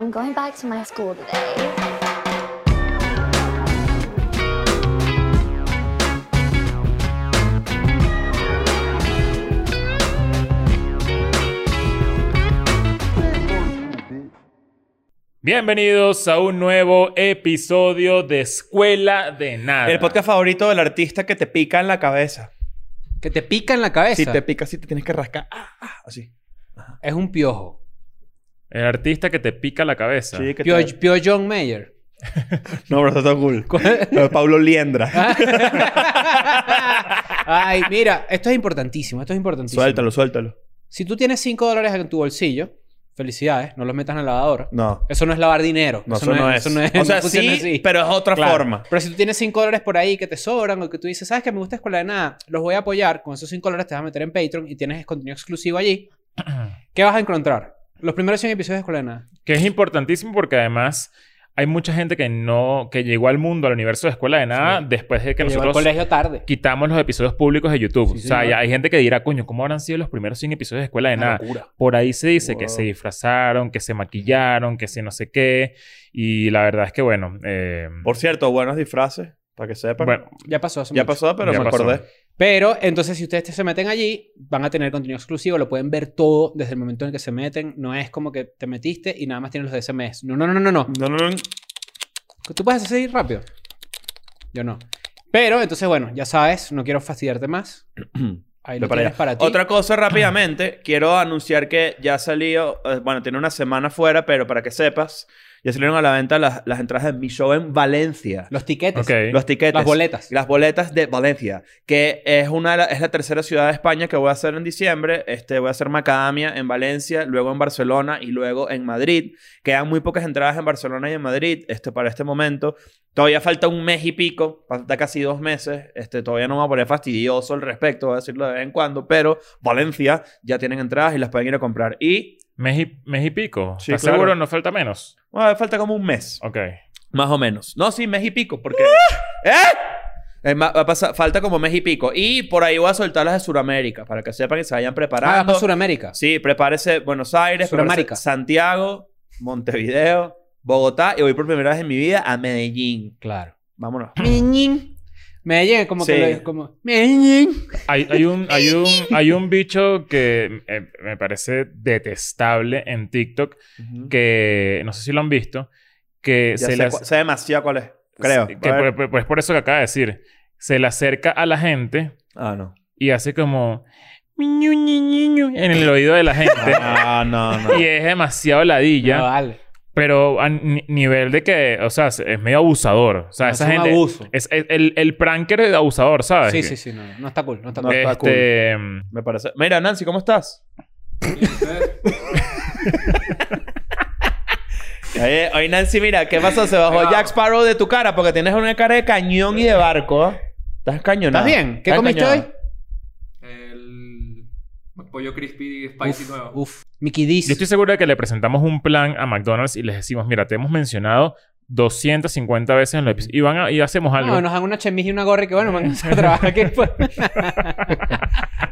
I'm going back to my school today. Bienvenidos a un nuevo episodio de Escuela de Nada. El podcast favorito del artista que te pica en la cabeza. Que te pica en la cabeza. Si te pica, si te tienes que rascar. Ah, ah, así. Es un piojo. El artista que te pica la cabeza. Sí, que te- Pio, Pio John Mayer. No, pero está todo cool. Lo de Pablo Ah, Liendra. Ay, mira, esto es importantísimo. Esto es importantísimo. suéltalo, suéltalo. Si tú tienes 5 dólares en tu bolsillo, felicidades, no los metas en la lavadora. No. Eso no es lavar dinero. No, eso, no es. Eso no es. O sea, sí, no funciona así. pero es otra Claro. forma. Pero si tú tienes 5 dólares por ahí que te sobran o que tú dices, ¿sabes que me gusta Escuela de Nada? Los voy a apoyar. Con esos 5 dólares te vas a meter en Patreon y tienes contenido exclusivo allí. ¿Qué vas a encontrar? Los primeros 100 episodios de Escuela de Nada. Que es importantísimo porque además hay mucha gente que no... Que llegó al mundo, al universo de Escuela de Nada Sí. después de que Llegó al nosotros... colegio tarde. Quitamos los episodios públicos de YouTube. Sí, o sea, señor. Ah, ya hay gente que dirá, coño, ¿cómo habrán sido los primeros 100 episodios de Escuela de Una Nada? locura. Por ahí se dice que Wow. se disfrazaron, que se maquillaron, que se no sé qué. Y la verdad es que, bueno... eh, Por cierto, buenos disfraces, para que sepan. bueno, Ya pasó hace ya mucho. pasó, pero Ya me pasó. acordé. Pero entonces, si ustedes se meten allí, van a tener contenido exclusivo, lo pueden ver todo desde el momento en que se meten. No es como que te metiste y nada más tienes los de ese mes. No, no, no, no, no. No, no, no. Tú puedes hacer así rápido. Yo no. Pero entonces, bueno, ya sabes, no quiero fastidiarte más. Ahí Ve lo para tienes allá. para ti. Otra cosa rápidamente, quiero anunciar que ya salió, eh, bueno, tiene una semana fuera, pero para que sepas, ya salieron a la venta las, las entradas de mi show en Valencia. Los tiquetes. ok. Los tiquetes. Las boletas. Las boletas de Valencia, que es una de la- es la tercera ciudad de España que voy a hacer en diciembre. Este, voy a hacer Macadamia en Valencia, luego en Barcelona y luego en Madrid. Quedan muy pocas entradas en Barcelona y en Madrid este, para este momento. Todavía falta un mes y pico, falta casi dos meses. Este, todavía no me voy a poner fastidioso al respecto, voy a decirlo de vez en cuando, pero Valencia ya tienen entradas y las pueden ir a comprar. Y Mes y, mes y pico. Sí, ¿Estás claro. seguro? ¿No falta menos? bueno, falta como un mes. Ok. Más o menos. No, sí, mes y pico, porque... ¡Eh! Es más, va a pasar- falta como mes y pico. Y por ahí voy a soltar las de Sudamérica, para que sepan que se vayan Ah, preparando. para Sudamérica. sí, prepárese Buenos Aires, prepárese Suramérica. Santiago, Montevideo, Bogotá. Y voy por primera vez en mi vida a Medellín. Claro. Vámonos. Medellín. Medellín es como Sí. que lo, como Medellín. Hay, hay un, hay, un, hay un bicho que eh, me parece detestable en TikTok, que no sé si lo han visto, que Ya se sé, le cu- ac- sé demasiado cuál es. Creo. que A ver. por- por- pues por eso que acaba de decir. Se le acerca a la gente Ah, no. y hace como... "Miñu, ñi, ñi, ñu", En el oído de la gente. Ah, no, no. Y es demasiado ladilla, No, vale. pero a ni- nivel de que, o sea, es medio abusador. O sea, No, esa es un gente. abuso. Es, es- el, el pranker abusador, ¿sabes? Sí, sí, sí. No, no está cool. No está No cool. está cool. Este, Me parece. Mira, Nancy, ¿cómo estás? Oye, oye, Nancy, mira, ¿qué pasó? Se bajó Jack Sparrow de tu cara porque tienes una cara de cañón y de barco. ¿eh? Estás cañonado. ¿Estás bien? ¿Qué Estás comiste hoy? cañonado. El pollo crispy spicy nuevo. Uf. Mickey D's. yo estoy seguro de que le presentamos un plan a McDonald's y les decimos, mira, te hemos mencionado 250 veces en los episodios y, van a- y hacemos algo. No, nos dan una chemis y una gorra y que bueno, van a empezar a trabajar aquí pues. después.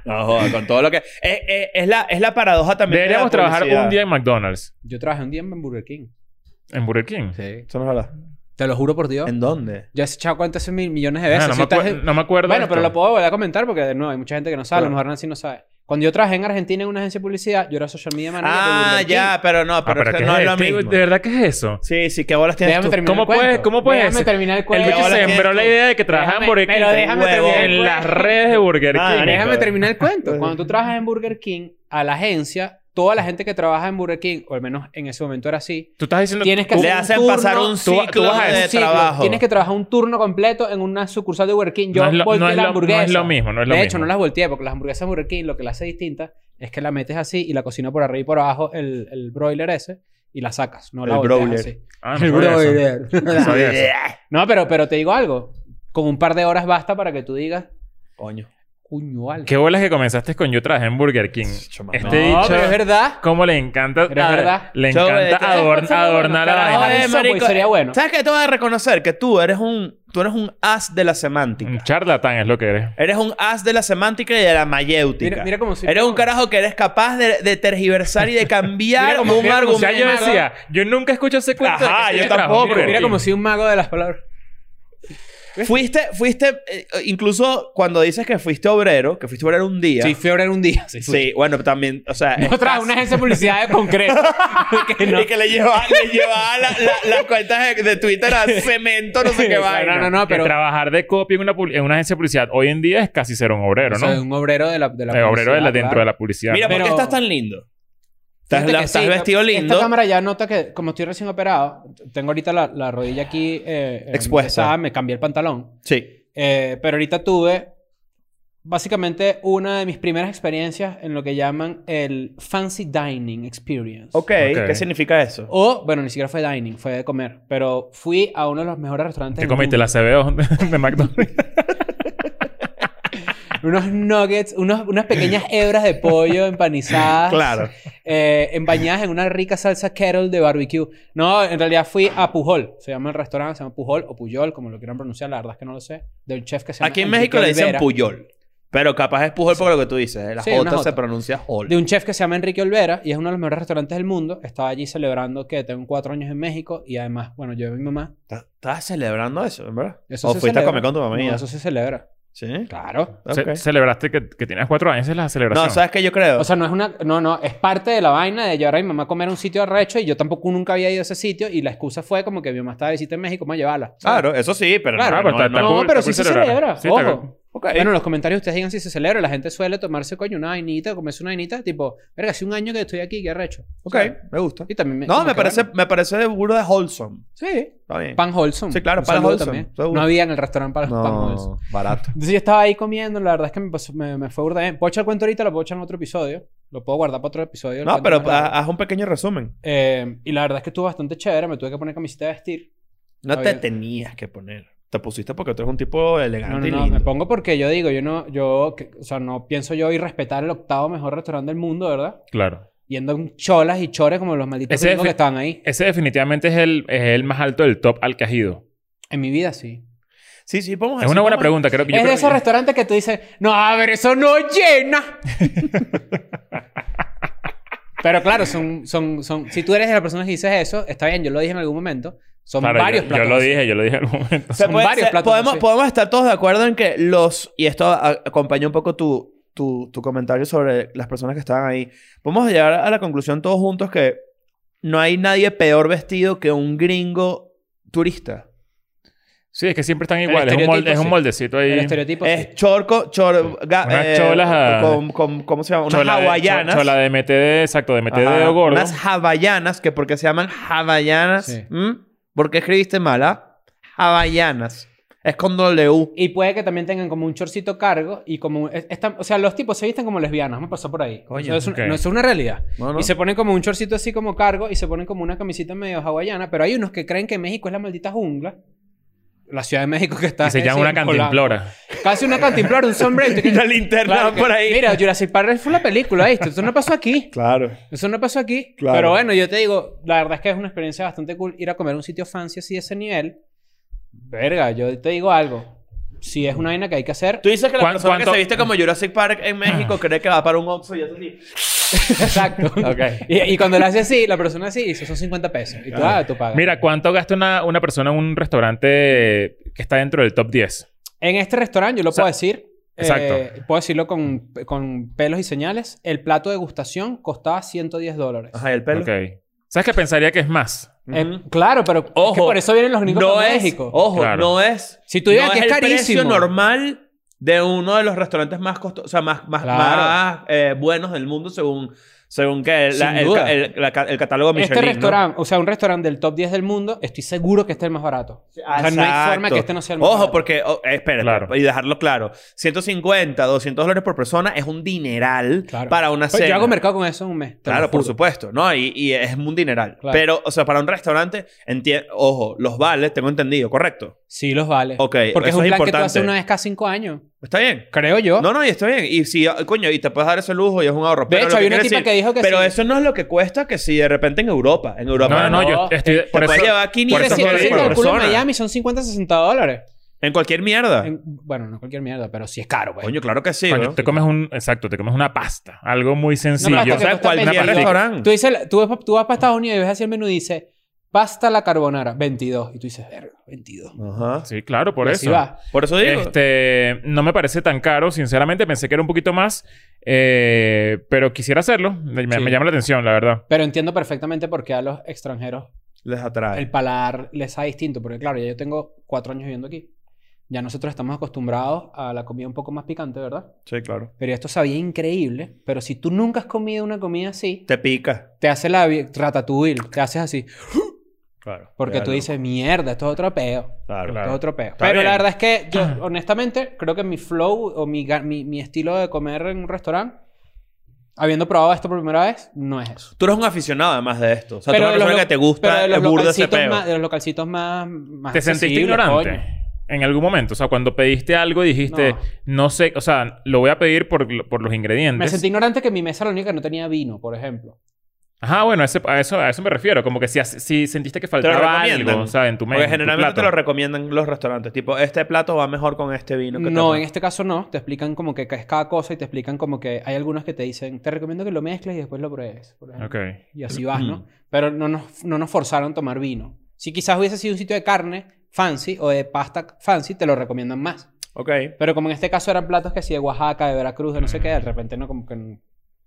No, joda, con todo lo que. Eh, eh, es, la, es la paradoja también. de la Deberíamos trabajar publicidad. un día en McDonald's, Yo trabajé un día en Burger King. en Burger King. Sí. Eso no es verdad. Te lo juro por Dios. ¿En dónde? Yo he echado cuentas hace mil millones de Ah, veces. no, Si me estás acuer- en- no me acuerdo. bueno, esto. pero lo puedo volver a comentar porque de nuevo hay mucha gente que no sabe. A lo Claro. mejor Nancy no sabe. Cuando yo trabajé en Argentina en una agencia de publicidad, yo era social media manager de Ah, Burger ya, King. pero no, Ah, pero, pero es que ¿qué no es es lo esto? mismo. ¿De verdad qué es eso? Sí, sí, ¿qué bolas tienes Déjame tú? terminar ¿Cómo el cuento. puedes- cómo puedes Déjame hacer- terminar el El cuento. bicho ahora se tiene sembró tú. la idea de que trabajaban Déjame- en Burger pero King déjame terminar el en las cuento. redes de Burger Ah, King. Déjame Marico. terminar el cuento. Cuando tú trabajas en Burger King, a la agencia, toda la gente que trabaja en Burger King, o al menos en ese momento era así, Tú estás diciendo... Tienes que tú- Le hacer un hacen turno, pasar un tú- tú ciclo vas a de un ciclo. trabajo. Tienes que trabajar un turno completo en una sucursal de Burger King. Yo No es lo- volteé no es la lo- no hamburguesa. es lo mismo, no es lo de hecho, mismo. no las volteé porque las hamburguesas de Burger King lo que la hace distinta es que la metes así y la cocina por arriba y por abajo el, el broiler ese y la sacas. No la El volteas broiler. así. Ah, no sabía eso. No sabía eso. no, pero, pero te digo algo. Con un par de horas basta para que tú digas, Coño. cuño, vale. Qué bolas que comenzaste con yo trabajé en Burger King. Chama, Este no. No, dicho... pero es verdad. ¿Cómo le encanta? Pero es a- verdad. Le Yo, encanta eh, adorn- te- Sería bueno, adornar la carajo, vaina. eh. Eso, pues, sería bueno. ¿Sabes qué? Te voy a reconocer que tú eres un... tú eres un as de la semántica. Un charlatán es lo que eres. Eres un as de la semántica y de la mayéutica. Mira- mira cómo soy- Eres un carajo que eres capaz de, de tergiversar y de cambiar Mira cómo- un mira cómo- O argumento. sea, yo decía, yo nunca escucho ese cuento. de que Ajá, estoy yo de trabajo. tampoco. Mira, mira como Sí. si un mago de las palabras. Fuiste, fuiste, eh, incluso cuando dices que fuiste obrero, que fuiste obrero un día. Sí, fui a orar un día. Sí, bueno, también, o sea. No traje una agencia de publicidad de concreto. que no. Y que le llevaba, le llevaba la- la- las cuentas de, de Twitter a cemento, no sé qué No, vaina. no, no, no, Que pero. trabajar de copy en una, publi- en una agencia de publicidad hoy en día es casi ser un obrero, ¿no? Soy un obrero de la. De la Eh, obrero de la, publicidad, dentro claro. de la publicidad. Mira, ¿por Pero- qué estás tan lindo? Estás, Fíjate la- que estás sí, vestido lindo. Esta cámara ya nota que, como estoy recién operado, tengo ahorita la, la rodilla aquí eh, eh, Expuesta. empezada, me cambié el pantalón. Sí. Eh, pero ahorita tuve básicamente una de mis primeras experiencias en lo que llaman el Fancy Dining Experience. ok, ¿qué significa eso? O, bueno, ni siquiera fue dining, fue de comer. Pero fui a uno de los mejores restaurantes ¿Qué del comiste? mundo. ¿La CBO de de McDonald's? Unos nuggets, unos- unas pequeñas hebras de pollo empanizadas. Claro. eh, embañadas en una rica salsa kettle de barbecue. No, en realidad fui a Pujol. Se llama el restaurante, se llama Pujol o Puyol, como lo quieran pronunciar. La verdad es que no lo sé. Del chef que se llama Aquí en Enrique México le dicen Olvera. Puyol. Pero capaz es Pujol por lo que tú dices. eh. La Sí, J, una se jota. pronuncia Hol. De un chef que se llama Enrique Olvera y es uno de los mejores restaurantes del mundo. Estaba allí celebrando que tengo cuatro años en México y además, bueno, yo y mi mamá. ¿Estás estás celebrando eso, en verdad? Eso ¿O se fuiste celebra. a comer con tu mamá? y No, ya? eso se celebra. Sí. Claro. Ok. Ce- Celebraste que, que tienes cuatro años, esa es la celebración. No, ¿sabes qué yo creo? O sea, no es una... No, no. Es parte de la vaina de llevar a mi mamá a comer a un sitio arrecho y yo tampoco nunca había ido a ese sitio y la excusa fue como que mi mamá estaba de visita en México, vamos a llevarla. ¿sabes? claro, eso sí, pero Claro, no, pero no, está- no. está No, cool, pero está sí cool se celebrar. celebra. Sí, está Ojo. Ok. Bueno, en los comentarios ustedes digan si se celebra. La gente suele tomarse, coño, una vainita, comerse una vainita. Tipo, verga, hace un año que estoy aquí, qué arrecho. Ok, me gusta. Y también me, No, como me que, parece, bueno, me parece de burro de wholesome. sí. Está bien. Pan Holson. Sí, claro, Un pan saludo Holson, seguro. No había en el restaurante para pan Holson. No, barato. Entonces yo estaba ahí comiendo. La verdad es que me, pasó- me, me fue burda bien. Puedo echar el cuento ahorita, lo puedo echar en otro episodio. Lo puedo guardar para otro episodio. el No, cuento pero más largo. ha- haz un pequeño resumen. Eh, y la verdad es que estuvo bastante chévere. Me tuve que poner camiseta de vestir. No Está te bien. tenías que poner. Te pusiste porque tú eres un tipo No, elegante no, y no, lindo. me pongo porque yo digo, yo no, yo, que- o sea, no pienso yo ir a respetar el octavo mejor restaurante del mundo, ¿verdad? Claro. Yendo en cholas y chores como los malditos Ese gringos defi- que estaban ahí. Ese definitivamente es el, es el más alto del top al que has ido. En mi vida, sí. Sí, sí, podemos Es decir una buena cómo- pregunta, creo que yo es de creo esos que- restaurantes que tú dices, no, a ver, eso no llena. Pero claro, son, son, son, si tú eres de las personas que dices eso, está bien, yo lo dije en algún momento. Son Claro, yo- varios yo, platos. lo así. dije, yo lo dije al momento. Se Son puede- varios se- platos podemos, así. podemos estar todos de acuerdo en que los... Y esto a- acompaña un poco tu, tu, tu comentario sobre las personas que estaban ahí. Podemos llegar a la conclusión todos juntos que no hay nadie peor vestido que un gringo turista. Sí, es que siempre están El iguales. Es un, molde- estereotipo, es un sí. moldeecito ahí. Este- El estereotipo. Es sí. chorco... Chor, ga- Pues eh, Unas cholas- con, con- ¿Cómo se llama? Unas Chola de- cho- hawaianas. chola de MTD, exacto, de MTD Ajá. o gordo. Unas hawaianas, que porque se llaman hawaianas. Sí. ¿Mm? ¿Por qué escribiste mal, ah? Hawaianas. Es con W. Y puede que también tengan como un chorcito cargo y como... un- es- están- o sea, los tipos se visten como lesbianas. Vamos a pasar por ahí. Coño, Eso es un- ok. no, eso es una realidad. No, no. Y se ponen como un chorcito así como cargo y se ponen como una camisita medio hawaiana. Pero hay unos que creen que México es la maldita jungla. La Ciudad de México que está... Y se llama así una en volando. cantimplora. Casi una cantimplora, un sombrero. Una linterna Claro que- por ahí. Mira, Jurassic Park fue la película, ¿viste? Eso no pasó aquí. Claro. Eso no pasó aquí. Claro. Pero bueno, yo te digo, la verdad es que es una experiencia bastante cool ir a comer a un sitio fancy así de ese nivel. Verga, yo te digo algo. Si es una vaina que hay que hacer, Tú dices que la ¿Cuán- persona que cuánto- se viste como Jurassic Park en México cree que va para un Oxxo y eso sí. exacto. Ok. y, y cuando le haces así, la persona así, dice, son 50 pesos. Y tú, ah, tú pagas. Mira, ¿cuánto gasta una, una persona en un restaurante que está dentro del top 10? En este restaurante, yo lo O sea, puedo decir. exacto. eh, puedo decirlo con, con pelos y señales. El plato de degustación costaba 110 dólares. Ajá, ¿y el pelo. Ok. ¿Sabes qué pensaría que es más? Eh, claro, pero es que Ojo, por eso vienen los gringos No para es. México. Ojo, Claro. no es. Si tú digas no que es el precio carísimo. normal de uno de los restaurantes más costosos, o sea, más, más, Claro. más eh, buenos del mundo según, según que el, la- Sin el duda. ca- el- la ca- el catálogo Michelin. este ¿no? restaurante, o sea, un restaurante del top 10 del mundo, estoy seguro que este es el más barato. O sea, no hay Exacto. forma que este no sea el más Ojo, barato. porque, oh, eh, espérate, Claro. y dejarlo claro: 150, 200 dólares por persona es un dineral Claro. para una Oye, cena. Yo hago mercado con eso en un mes. te lo Claro, por juro. supuesto, ¿no? Y, y es un dineral. Claro. Pero, o sea, para un restaurante, enti- ojo, los vales, tengo entendido, correcto. Sí, los vale. Ok, Porque es eso un es plan que tú importante. haces una vez cada cinco años. ¿Está bien? Creo yo. No, no, y está bien. Y si, ah, coño, y te puedes dar ese lujo y es un ahorro. de Pero hecho, lo había una quiero tipa decir- que dijo que Pero sí. eso no es lo que cuesta que si de repente en Europa, en Europa. No, no, no, yo no. estoy... Te Por eso, puedes llevar 500 por eso Si estoy dólares si de por acuerdo. calculo en persona. Miami son 50, 60 dólares. En cualquier mierda. En- bueno, no cualquier mierda, pero sí es caro, pues. Ah. Coño, claro que sí, Coño, weón. te comes un... Exacto, te comes una pasta. Algo muy sencillo. pasta o sea, que cuesta cualquier 20. Tú, restaurante. dices, la- tú, vas- tú vas para Estados Unidos y ves así el menú y dice pasta la carbonara, 22. Y tú dices, verga, 22. Ajá. Sí, claro, por Y así eso. va. Por eso digo. Este, no me parece tan caro, sinceramente. Pensé que era un poquito más. eh, pero quisiera hacerlo. Me, me Sí. llama la atención, la verdad. Pero entiendo perfectamente por qué a los extranjeros Les atrae. el paladar les sabe distinto. Porque claro, ya yo tengo cuatro años viviendo aquí. Ya nosotros estamos acostumbrados a la comida un poco más picante, ¿verdad? Sí, claro. Pero esto sabía increíble. Pero si tú nunca has comido una comida así, te, Te pica. hace la vi- ratatouille. Te haces así. Claro. Porque tú dices, mierda, esto es otro peo. Claro. Claro. Esto es otro peo. Está Pero bien. la verdad es que yo, honestamente, creo que mi flow o mi, ga- mi, mi estilo de comer en un restaurante, habiendo probado esto por primera vez, no es eso. Tú eres un aficionado además de esto. O sea, tú de eres una los persona que te lo- pero gusta de el los burda ese localcitos peo. más- de los localcitos más. más ¿Te sentiste accesibles, ignorante? coño. En algún momento. O sea, cuando pediste algo y dijiste, No. no, sé, o sea, lo voy a pedir por, lo- por los ingredientes. Me sentí ignorante que en mi mesa la única que no tenía vino, por ejemplo. Ajá, bueno, a ese- a, eso, a eso me refiero. Como que si, hace- si sentiste que faltaba recomiendan. algo, o sea, en tu mente. Porque generalmente te lo recomiendan los restestaurantes. Tipo, este plato va mejor con este vino. Que No, te... en este caso no. Te explican como que es cada cosa y te explican como que hay algunos que te dicen, te recomiendo que lo mezcles y después lo pruebes. por ejemplo. Ok. Y así vas, ¿no? Mm. Pero no nos, no nos forzaron a tomar vino. Si quizás hubiese sido un sitio de carne fancy o de pasta fancy, te lo recomiendan más. Ok. Pero como en este caso eran platos que si de Oaxaca, de Veracruz, de no sé qué, de repente no, como que no,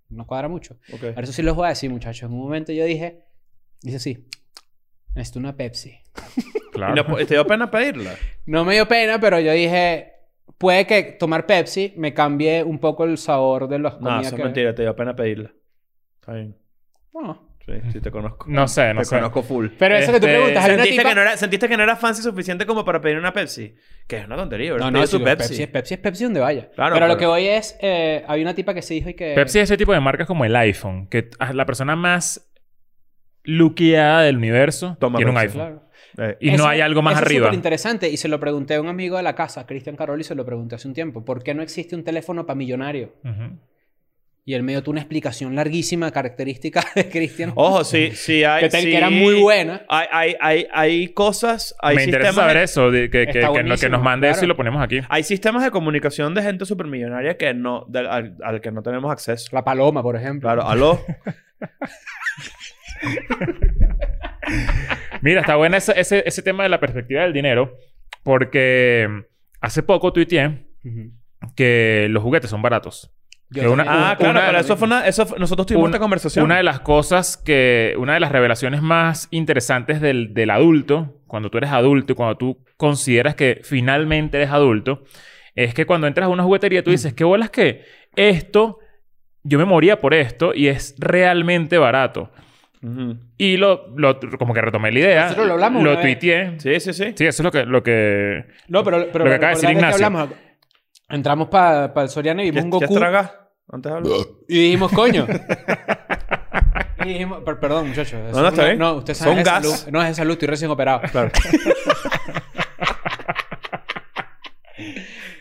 no cuadra mucho. ok. Pero eso sí les voy a decir, muchachos. En un momento yo dije, dice así, necesito una Pepsi. Claro. Y no po- te dio pena pedirla. No me dio pena, pero yo dije, puede que tomar Pepsi me cambie un poco el sabor de las No, comidas eso que- es mentira. Te dio pena pedirla. Está bien. No. Sí, sí te conozco. No sé, no te sé. conozco full. Pero eso que tú Este, preguntas, ¿hay una ¿Sentiste tipa- que, no era, ¿Sentiste que no era fancy suficiente como para pedir una Pepsi? Que es una tontería, ¿verdad? No, no, Pedir tu si los Pepsi. es Pepsi, es Pepsi donde vaya. Claro, pero, lo pero- que voy es, eh, hay una tipa que se dijo y que... Pepsi es ese tipo de marcas como el iPhone, que t- la persona más luqueada del universo Toma tiene un Pepsi. iPhone. Claro. Eh, Y Eso- no hay algo más eso arriba. Es interesante y se lo pregunté a un amigo de la casa, Cristian Caroli, se lo pregunté hace un tiempo. ¿Por qué no existe un teléfono para millonario? Ujú. Y él me dio tú una explicación larguísima de características de Cristian. Ojo, sí, sí hay... que, te- sí- que era muy buena. Hay, hay, hay, hay cosas... Hay Me interesa sistemas saber de, eso, de- que, que- Está que no- que nos buenísimo, mande eso y claro. lo ponemos aquí. Hay sistemas de comunicación de gente supermillonaria que no... del- al, al que no tenemos acceso. La paloma, por ejemplo. Claro, aló. Mira, está bueno ese, ese- ese tema de la perspectiva del dinero, porque hace poco tuiteé Ujú. que los juguetes son baratos. Yo Que una- también- ah, claro, una- pero eso fue una... Eso fue- nosotros tuvimos Una- esta conversación. Una de las cosas que... Una de las revelaciones más interesantes del, del adulto, cuando tú eres adulto y cuando tú consideras que finalmente eres adulto, es que cuando entras a una juguetería Mm. tú dices, ¿qué bolas que esto... Yo me moría por esto y es realmente barato. Ujú. Y lo, lo- como que retomé la idea. Nosotros lo hablamos una vez. tuiteé. Sí. Sí, sí, eso sí. es lo que... Lo que... No, pero, pero lo que acaba de decir ¿recordás que Ignacio. hablamos? Entramos para el Soriano ¿Ya, y vimos un ya Goku. tragas? Antes hablé. Y dijimos, coño. y dijimos, per- perdón, muchachos. es No, no, está una- bien. No, ustedes saben, Son es de gas. salud. No, es de salud, estoy recién operado. Claro.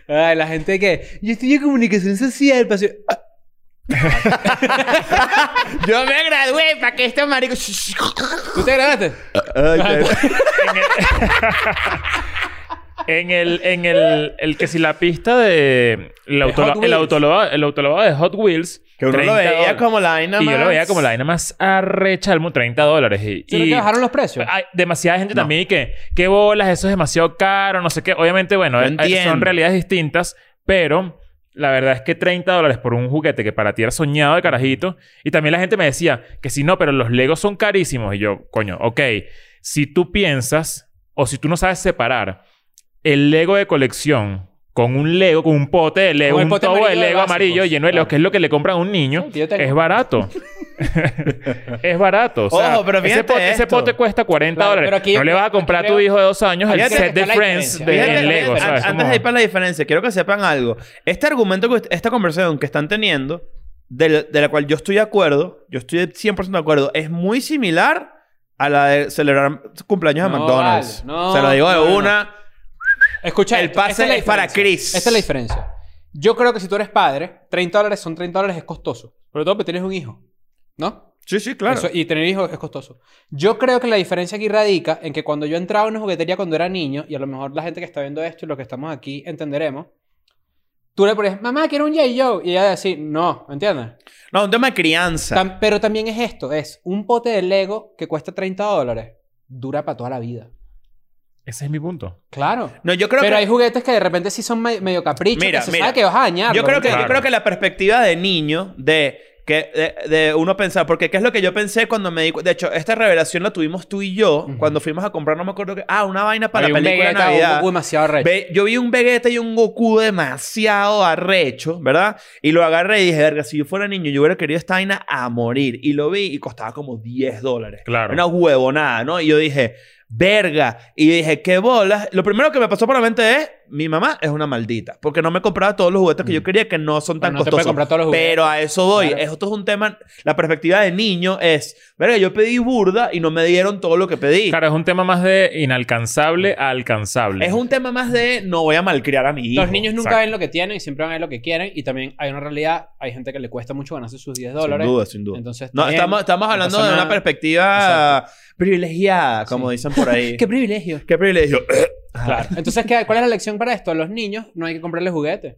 Ay, la gente que. Yo estudié comunicación social. paseo". Ah, Yo me gradué para que este marico... ¿Tú te grabaste? Ay, qué- En el... En el... El que si la pista de... El, Hot autola- el, Wheels. autolavado, el autolavado de Hot Wheels... que uno lo 30 veía dólares. como la vaina Y yo lo más- veía como la vaina más arrecha del mundo, 30 dólares. Y, ¿Será y que bajaron los precios? Ah, hay demasiada gente también que, qué bolas, eso es demasiado caro, no sé qué. Obviamente, bueno, Lo eh, eh, entiendo. son realidades distintas, pero la verdad es que 30 dólares por un juguete que para ti era soñado de carajito. Y también la gente me decía que si no, pero los Legos son carísimos. Y yo, coño, ok, si tú piensas o si tú no sabes separar el Lego de colección con un Lego, con un pote de Lego, Con el un pote tobo de amarillo de Lego básicos. amarillo lleno de Legos, Claro. que es lo que le compran a un niño, Sí, yo tengo. es barato. es barato. O sea, Ojo, pero ese, fíjate pote, ese esto. pote cuesta 40 Claro, dólares. pero aquí no yo le creo- vas a comprar a aquí tu creo- hijo de dos años el Fíjate set que de la Friends de diferencia. Fíjate, en Lego, fíjate, ¿sabes? an- Antes Como- de ir para la diferencia, quiero que sepan algo. Este argumento, que ust- esta conversación que están teniendo, de la, de la cual yo estoy de acuerdo, yo estoy 100% de acuerdo, es muy similar a la de celebrar cumpleaños de No, McDonald's. vale, no, Se lo digo de no, no. una. Escucha, El esto, esta pase la es para diferencia. Chris. Esta es la diferencia. Yo creo que si tú eres padre, 30 dólares son 30 dólares, es costoso. Sobre todo porque tienes un hijo. ¿No? Sí, sí, claro. Eso- y tener hijos es costoso. Yo creo que la diferencia aquí radica en que cuando yo entraba en una juguetería cuando era niño, y a lo mejor la gente que está viendo esto y los que estamos aquí entenderemos, tú le pones, mamá, quiero un J. Joe. Y ella va a decir, no, ¿me entiendes? No, un tema de crianza. Tam- pero también es esto, es un pote de Lego que cuesta 30 dólares, dura para toda la vida. Ese es mi punto. Claro. No, yo creo pero que... hay juguetes que de repente sí son me- medio caprichos, Mira, que se mira. sabe que vas a dañar. Yo creo, que, yo Claro. creo que la perspectiva de niño, de, que, de, de uno pensar, porque qué es lo que yo pensé cuando me di cu- De hecho, esta revelación la tuvimos tú y yo Ujú. cuando fuimos a comprar, no me acuerdo que. Ah, una vaina para Hay la un película de Vegeta, un Navidad. Goku demasiado recho. Ve- yo vi un Vegeta y un Goku demasiado arrecho, ¿verdad? Y lo agarré y dije, verga, si yo fuera niño, yo hubiera querido esta vaina a morir. Y lo vi y costaba como 10 dólares. Claro. Una huevonada, ¿no? Y yo dije, verga. Y dije, qué bolas. Lo primero que me pasó por la mente es, mi mamá es una maldita. Porque no me compraba todos los juguetes que yo quería que no son tan Mm. Bueno, no te puede costosos. comprar todos los juguetes. Pero a eso voy. Claro. Esto es un tema... La perspectiva de niño es, verga, yo pedí burda y no me dieron todo lo que pedí. Claro, es un tema más de inalcanzable a alcanzable. Es un tema más de no voy a malcriar a mi hijo. Los niños nunca exacto. ven lo que tienen y siempre van a ver lo que quieren. Y también hay una realidad, hay gente que le cuesta mucho ganarse sus 10 dólares. Sin duda, sin duda. Entonces, No, también estamos, estamos no hablando pasa de una nada. perspectiva privilegiada, como Sí. dicen por ahí. ¡Qué privilegio! ¿Qué privilegio? Claro. Entonces, ¿qué- ¿cuál es la lección para esto? A los niños no hay que comprarle juguetes.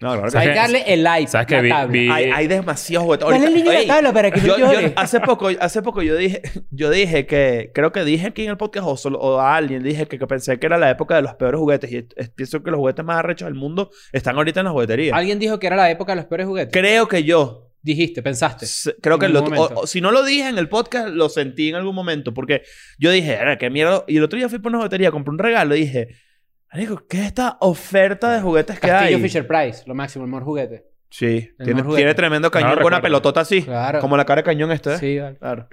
No, claro O que sea, hay ¿Sabes que qué? darle el iPad, ¿Sabes qué? la Vi- tabla. vi- Hay, hay demasiados juguetes. Dale al Ahorita- niño la ey, tabla para que no yo, yo- llore. hace poco, hace poco yo dije, yo dije que, creo que dije aquí en el podcast o, solo- o a alguien, dije que, que pensé que era la época de los peores juguetes. Y es- pienso que los juguetes más arrechos del mundo están ahorita en las jugueterías. Alguien dijo que era la época de los peores juguetes. Creo que yo, Dijiste, pensaste. S- Creo En que lo, algún o- momento. o si no lo dije en el podcast, lo sentí en algún momento. Porque yo dije, "Ara, qué mierda. Y el otro día fui por una batería, compré un regalo y dije, Marico, ¿qué es esta oferta de juguetes que Castillo hay? Fisher Price, lo máximo, el mejor juguete. Sí, El tiene, mejor tiene juguete. tremendo cañón No, con una recuerdo. pelotota así. Claro. Como la cara de cañón esta. ¿eh? Sí, vale. Claro.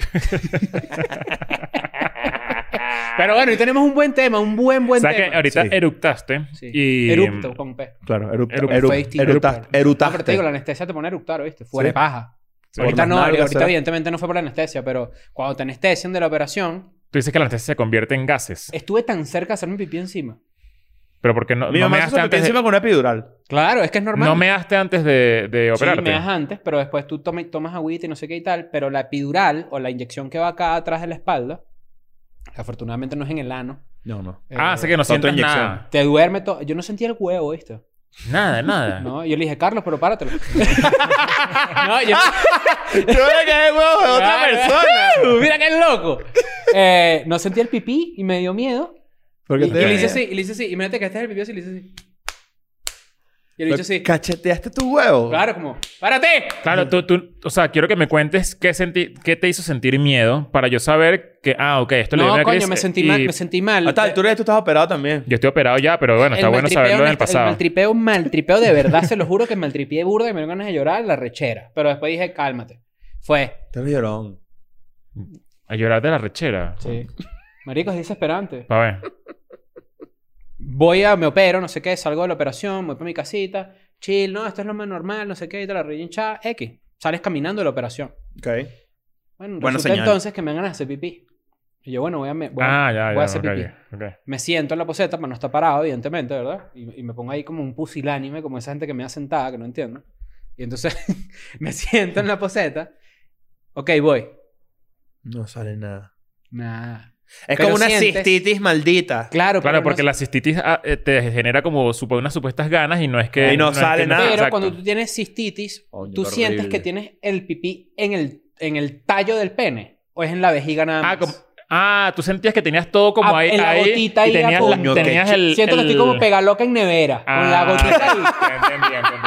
Pero bueno, y tenemos un buen tema, un buen, buen ¿Sabes tema. que ahorita Sí. eructaste? Sí. Y... Erupto con P. Claro, erupta, Erup- erup- fue distinto. erupta- Ah, pero te digo, erutaste. la anestesia te pone a eructar, ¿viste? Fuera Sí. de paja. Sí. ahorita Por no, las nalgas, ahorita ¿será? evidentemente no fue por la anestesia, pero cuando te anestesian de la operación, Tú dices que la anestesia se convierte en gases. estuve tan cerca de hacerme pipí encima. Pero porque no, Mi no mamá me se hizo haste pipí antes de, encima con una epidural. Claro, es que es normal. no measte antes de, de Sí, operarte. me das antes, pero después tú tome- tomas agüita y no sé qué y tal, pero la epidural o la inyección que va acá atrás de la espalda, que afortunadamente no es en el ano. No, no. Ah, eh, sé que no sientes autoinyección. nada. Te duerme todo. Yo no sentía el huevo, ¿viste? Nada, nada. No, yo le dije, Carlos, pero páratelo. no, yo... Yo le caí huevo de otra Claro. persona. ¡Mira qué loco! Eh, no sentía el pipí y me dio miedo. Y, Porque y le hice así, y le hice así. Imagínate que este es el pipí así, y le hice así. Y le hice así. Cacheteaste tu huevo. Claro, como, ¡párate! Claro, tú, tú, o sea, quiero que me cuentes qué, senti qué te hizo sentir miedo para yo saber que, ah, ok, esto le dio No, una coño, crisis me sentí y mal, me sentí mal. Eh, A esta altura ya Ah, tú estás operado también. Yo estoy operado ya, pero bueno, está El bueno maltripeo saberlo en el honesta- pasado. maltripeo, maltripeo de verdad, se lo juro que maltripié burda y me dieron ganas de llorar la rechera. Pero después dije, cálmate. Fue. Te lo llorón. A llorar de la rechera. Sí. Marico, es desesperante. Pa' ver. Voy a, me opero, no sé qué, salgo de la operación, voy para mi casita, chill, no, esto es lo más normal, no sé qué, y te la rehinchada, X. Sales caminando de la operación. Ok. Bueno, Buena resulta señal. entonces que me dan ganas de hacer pipí. Y yo, bueno, voy a, me, voy a- ah, ya, ya. voy a hacer ok, pipí. ok. Me siento en la poseta, pero no está parado, evidentemente, ¿verdad? Y, y me pongo ahí como un pusilánime, como esa gente que me da sentada, que no entiendo. Y entonces me siento en la poseta. Ok, voy. No sale nada. Nada. Es Pero como una sientes- cistitis maldita. Claro, pero Claro, porque no- la cistitis ah, eh, te genera como supo- unas supuestas ganas y no es que... Y no sale que nada. Pero Exacto. cuando tú tienes cistitis, Coño, tú qué sientes horrible. que tienes el pipí en el, en el tallo del pene. ¿O es en la vejiga nada más? Ah, como- ah, tú sentías que tenías todo como Ah, ahí. en la ahí, gotita ahí, y tenías, ah, la- coño, tenías qué el... Siento que el- estoy como pegaloca en nevera. Con la Ah, gotita ahí. ya entendí, entendí,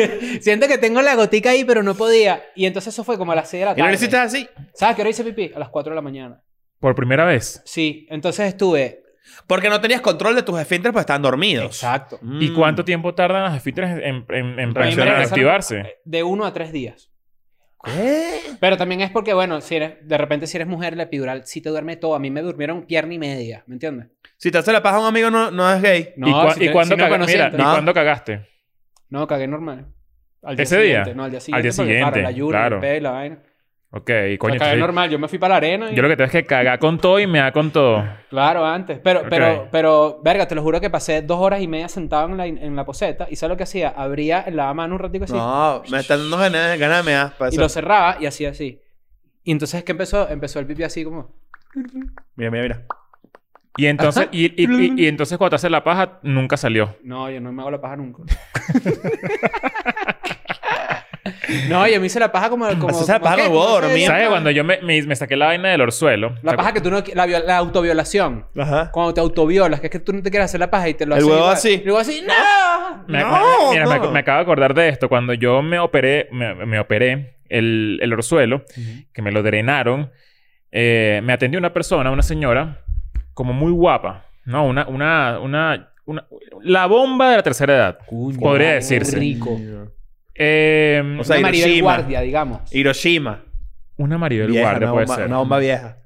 entendí. Siento que tengo la gotica ahí, pero no podía. Y entonces eso fue como a las 6 de la Y no tarde. lo hiciste así. ¿Sabes qué hora hice pipí? A las 4 de la mañana. Por primera vez. Sí, entonces estuve. Porque no tenías control de tus esfínteres porque estaban dormidos. Exacto. Mm. ¿Y cuánto tiempo tardan las esfínteres en, en, en, Reaccionar. en activarse? De 1 a 3 días. ¿Qué? Pero también es porque, bueno, si eres, de repente si eres mujer, la epidural sí te duerme todo. A mí me durmieron pierna y media, ¿me entiendes? Si te hace la paja a un amigo, no, no es gay. ¿Y, cua- si y te- cuándo si no, caga- no mira, siento. ¿y No. cuándo cagaste? No, cagué normal. Al ¿Ese día? siguiente, No, al día Al siguiente. día porque, siguiente, claro, la lluvia, claro. el pelo, la vaina. Ok, coño. Acá es entonces- normal, yo me fui para la arena. y- Yo lo que tengo es que cagar con todo y me da con todo. Claro, antes. Pero, Ok. pero, pero, verga, te lo juro que pasé dos horas y media sentado en la, en la poseta. Y ¿sabes lo que hacía? Abría el mano un ratico así. No, me están dando ganas, ganas me das para y eso. lo cerraba y hacía así. Y entonces, ¿qué empezó? Empezó el pipí así como... Mira, mira, mira. Y entonces, y, y- y- y entonces cuando te haces la paja, nunca salió. No, yo no me hago la paja nunca. no, yo me hice la paja como... como Haces la como, paja ¿qué? como vos, ¿Cómo se dormido. llama? ¿Sabes? Cuando yo me, me- me saqué la vaina del orzuelo. La paja que tú no... qui- La, vio- la autoviolación. Ajá. Cuando te autoviolas, que es que tú no te quieres hacer la paja y te lo El haces huevo igual. así. El huevo así. ¡No! Me, No, me- mira, me- no. me acabo de acordar de esto. Cuando yo me operé, me, me operé el, el orzuelo, que me lo drenaron, eh, me atendió una persona, una señora, como muy guapa, ¿no? Una, una, una, una- la bomba de la tercera edad. Podría decirse. Rico. Eh, O sea, Una Maribel Hiroshima. Guardia, digamos. Hiroshima. una Maribel Vieja, Guardia una, puede bomba, ser. una bomba vieja.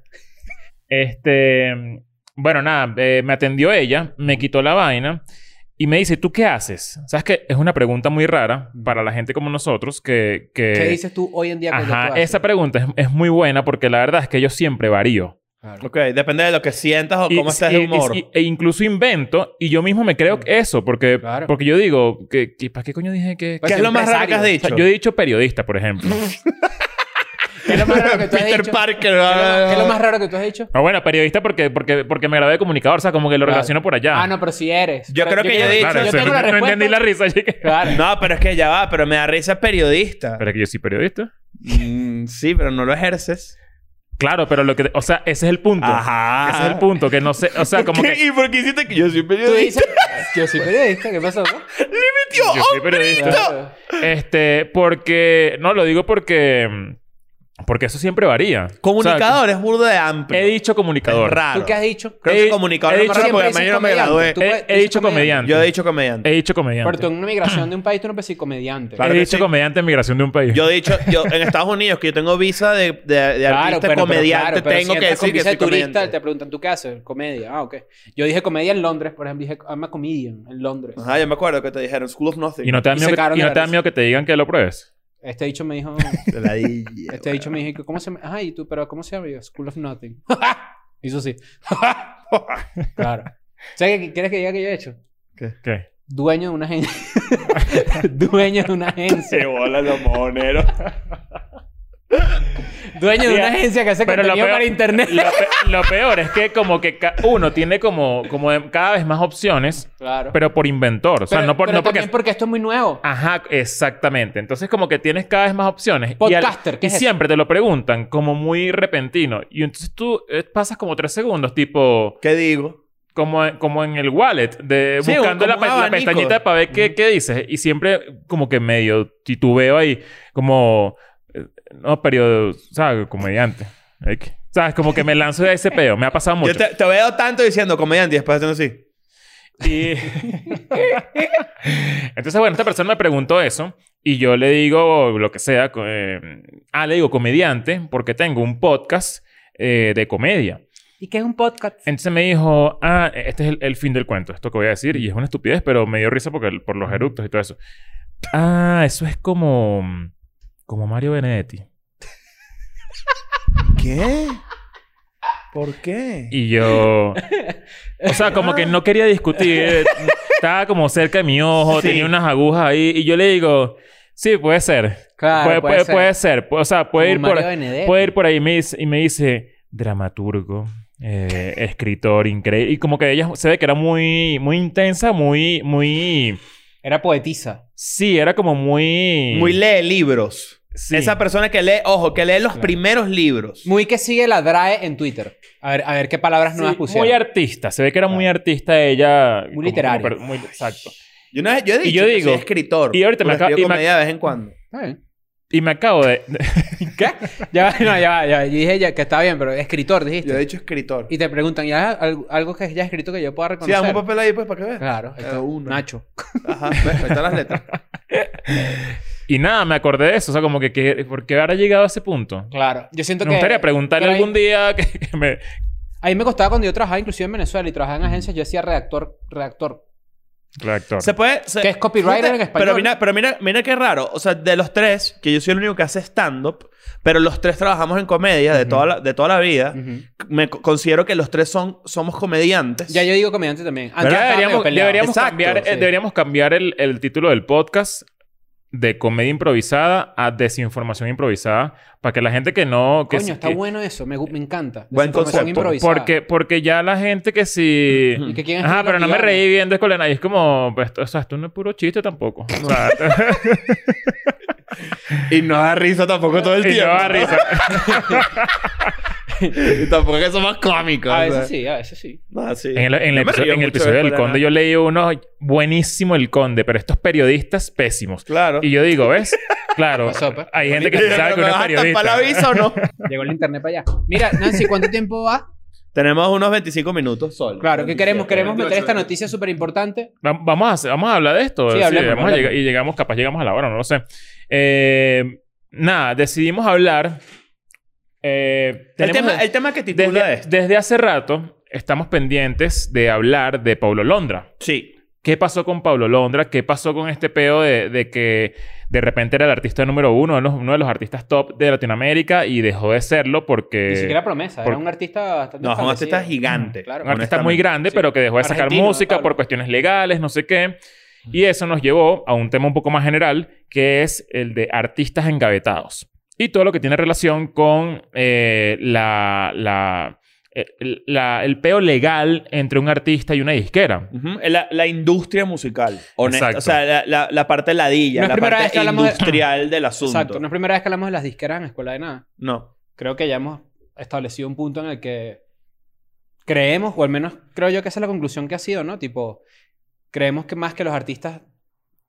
Este, bueno, nada, eh, me atendió ella, me quitó la vaina y me dice, ¿tú qué haces? ¿Sabes que Es una pregunta muy rara para la gente como nosotros que... que ¿Qué dices tú hoy en día cuando Ajá, tú haces? esa pregunta es, es muy buena porque la verdad es que yo siempre varío. Claro. Ok, depende de lo que sientas o Y- cómo estás y- de humor. y- y- e incluso invento y yo mismo me creo que eso porque, Mm. Claro. porque yo digo, que, que- ¿para qué coño dije que...? Pues, ¿Qué es lo más raro que has empresario. O sea, dicho? yo he dicho periodista, por ejemplo. ¿Qué es lo más raro que tú has Peter dicho? Parker. ¿Qué es lo más- qué es lo más raro que tú has dicho? Ah, bueno, periodista porque, porque, porque me grabé de comunicador, o sea, como que lo Claro. relaciono por allá. Ah, no, pero si eres. Yo Pero creo que yo he quiero- dicho- Claro, yo eso, tengo no, la no respuesta. entendí la risa. así que- Claro. No, pero es que ya va, pero me da risa periodista. Pero es que yo soy periodista. Mm, sí, pero no lo ejerces. Claro, pero lo que... O sea, ese es el punto. Ajá. Ese es el punto, que no sé... O sea, como que... ¿Y por qué hiciste que yo soy Tú periodista? dices... Yo soy periodista, ¿qué pasó? ¡Tío, Yo soy periodista. Claro. Este, porque... No, lo digo porque... mm, Porque eso siempre varía. Comunicador es burdo de O sea, he amplio. dicho Es comunicador. raro. ¿Tú qué has dicho? Creo He- que comunicador he es dicho más raro porque además yo siempre dices no me comediante. gradué. Tú He- puedes- he tú dicho soy comediante. Yo he dicho He comediante. dicho comediante. Pero tú en una migración de un país tú no puedes decir comediante. Claro he que dicho sí. comediante en migración de un país. Yo he dicho, yo en Estados Unidos, que yo tengo visa de, de, de artista comediante, claro, pero tengo si que entras con decir que visa soy de turista, comediante. te preguntan, ¿tú qué haces? Comedia. Ah, ok. Yo dije comedia en Londres, por ejemplo. Dije, I'm a comedian en Londres. Ajá, yo me acuerdo que te dijeron School of Nothing. Y no te da Y miedo, se que, cagaron y de no te da risa. miedo que te digan que lo pruebes. Este dicho me dijo... Te la di, yeah, Este dicho me dijo, ¿cómo se llama? Ajá, y tú, pero ¿cómo se llama? Y yo, School of Nothing. Hizo así. claro. ¿Sabes qué quieres que diga que yo he hecho? ¿Qué? Dueño de una agencia. Dueño de una agencia. bola los mojoneros. Dueño de una Mira, agencia que hace pero lo contenido peor- para internet. Lo, pe- lo peor es que como que ca- uno tiene como, como de- cada vez más opciones, Claro. pero por inventor. O sea, Pero- no, por, pero no porque... Ah. también porque esto es muy nuevo. Ajá, exactamente. Entonces, como que tienes cada vez más opciones. Y al- Podcaster, ¿qué y es eso? siempre te lo preguntan, como muy repentino. Y entonces tú eh, pasas como tres segundos, tipo, ¿Qué digo? como, como en el wallet, de, Sí, buscando un- la, como un pe- la abanico. pestañita para ver qué, qué dices. Y siempre, como que medio titubeo ahí, como, eh, no, periodo, ¿sabes? Comediante. Ay, que- ¿Sabes? Como que me lanzo de ese peo. Me ha pasado mucho. Yo te, te veo tanto diciendo comediante y después haciendo así. Y- Entonces, bueno, esta persona me preguntó eso y yo le digo lo que sea. co- eh, ah, le digo comediante porque tengo un podcast eh, de comedia. ¿Y qué es un podcast? Entonces me dijo, ah, este es el, el fin del cuento, esto que voy a decir. Y es una estupidez, pero me dio risa porque, el- por los eructos y todo eso. Ah, eso es como... Como Mario Benedetti. ¿Qué? ¿Por qué? Y yo... O sea, como que no quería discutir. Estaba como cerca de mi ojo, Sí. tenía unas agujas ahí. Y yo le digo, sí, puede ser. puede, Claro, puede, puede ser. O sea, puede ir, Como por, Mario Benedetti. puede ir por ahí. Y me dice, y me dice dramaturgo, eh, escritor, increíble. Y como que ella se ve que era muy, muy intensa, muy, muy... Era poetisa. Sí, era como muy... Muy lee libros. Sí. Esa persona que lee, ojo, que lee los primeros libros. Muy que sigue la DRAE en Twitter. A ver, a ver qué palabras Sí, nuevas pusieron. muy artista. Se ve que era muy Claro. artista ella. como- como literaria. per- muy- exacto. Yo, una vez- yo he Y dicho yo que digo- soy escritor. y ahorita me porque acaba- escribo y me- comedia de vez en cuando. Está bien. Y me acabo de... ¿Qué? ya va, no, ya va, ya va. Yo dije ya que está bien, pero escritor, dijiste. Yo he dicho escritor. Y te preguntan, ¿ya algo, algo que ya escrito que yo pueda Sí, reconocer? dame un papel ahí pues para que veas. Claro, ahí está. Eh, uno. Nacho. Ajá, ves, ahí están las letras. y nada, me acordé de eso. O sea, como que... que ¿Por qué habrá llegado a ese punto? Claro. Yo siento Me que... gustaría preguntarle que ahí- algún día que, que me... A mí me costaba cuando yo trabajaba inclusive en Venezuela y trabajaba en agencias, yo decía redactor, redactor. Redactor. Se puede... se- Que es copywriter en español. Pero mira, pero mira, mira qué raro. O sea, de los tres, que yo soy el único que hace stand-up, Pero los tres trabajamos en comedia de, Ujú. toda la, de toda la vida. Ujú. Me co- considero que los tres son, somos comediantes. Ya yo digo comediante también. Antes ¿Verdad? estaba medio Deberíamos, peleado. deberíamos Exacto, cambiar, eh, sí. deberíamos cambiar el, el título del podcast de comedia improvisada a desinformación improvisada para que la gente que no... Que Coño, sí- está que- bueno eso. Me, gu- me encanta. Buen Desinformación concepto. improvisada. Porque, porque ya la gente que si... Ujú. ¿Y que quién Ajá, escribe pero no los me guiones? reí viendo Escolena. Y es como... pues, esto- o sea, esto no es puro chiste tampoco. O sea, Y no da risa tampoco todo el y yo tiempo. da risa. Y tampoco es que somos cómicos. A o sea. veces sí, a veces sí. No, sí. En el, en el Yo me episodio, río en el mucho episodio de del Escuela Conde de yo leí uno buenísimo el Conde, pero estos periodistas pésimos. Nada. Claro. Y yo digo, ¿ves? Claro, Pasó, pues. hay gente que Y sí yo, sabe que uno ¿me es vas a periodista. tapar la visa o no? Llegó el internet para allá. Mira, Nancy, ¿cuánto tiempo va? Tenemos unos 25 minutos sol. Claro, ¿qué queremos? Queremos meter 28, esta noticia súper importante. Va- Vamos a, hacer- vamos a hablar de esto. Sí, Sí, hablemos, vamos a hablemos. llegar- y llegamos, capaz llegamos a la hora, no lo sé. Eh, nada, decidimos hablar. eh, El tenemos- tema, el tema que titula desde, esto. desde hace rato estamos pendientes de hablar de Pablo Londra. Sí. ¿Qué pasó con Pablo Londra? ¿Qué pasó con este peo de, de que de repente era el artista número uno, uno uno de los artistas top de Latinoamérica y dejó de serlo porque... Ni siquiera promesa. Eh, por- Era un artista bastante. No, es un establecido. artista gigante. Claro. un artista muy grande, sí. pero que dejó de sacar Argentino, música Pablo. por cuestiones legales, no sé qué. Y eso nos llevó a un tema un poco más general, que es el de artistas engavetados. Y todo lo que tiene relación con eh, la, la- eh, el, la- el peo legal entre un artista y una disquera. Ujú. La, la industria musical, honesta. Exacto. O sea, la, la, la parte ladilla, No es la primera vez parte que hablamos de- industrial del asunto. Exacto. No es primera vez que hablamos de las disqueras en Escuela de Nada. No. Creo que ya hemos establecido un punto en el que creemos, o al menos creo yo que esa es la conclusión que ha sido, ¿no? Tipo, creemos que más que los artistas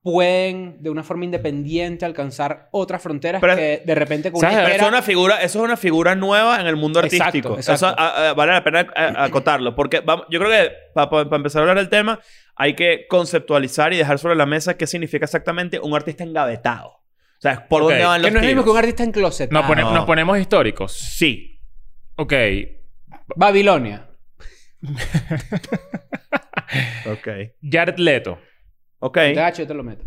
pueden de una forma independiente alcanzar otras fronteras Pero- que de repente con ¿Sabes? una Pero eso, disquera es una figura, eso es una figura nueva en el mundo Exacto, artístico. exacto. Eso ah, ah, vale la pena ah, acotarlo. Porque vamos, yo creo que para empezar a hablar del tema hay que conceptualizar y dejar sobre la mesa qué significa exactamente un artista engavetado. O sea, por Ok. dónde van que los no es lo mismo tiros. que un artista en closet. Nos, pone- no. nos ponemos históricos. Sí. Ok. Ah, Babilonia. Ok. Jared Leto. Ok. Gacho, yo te lo meto.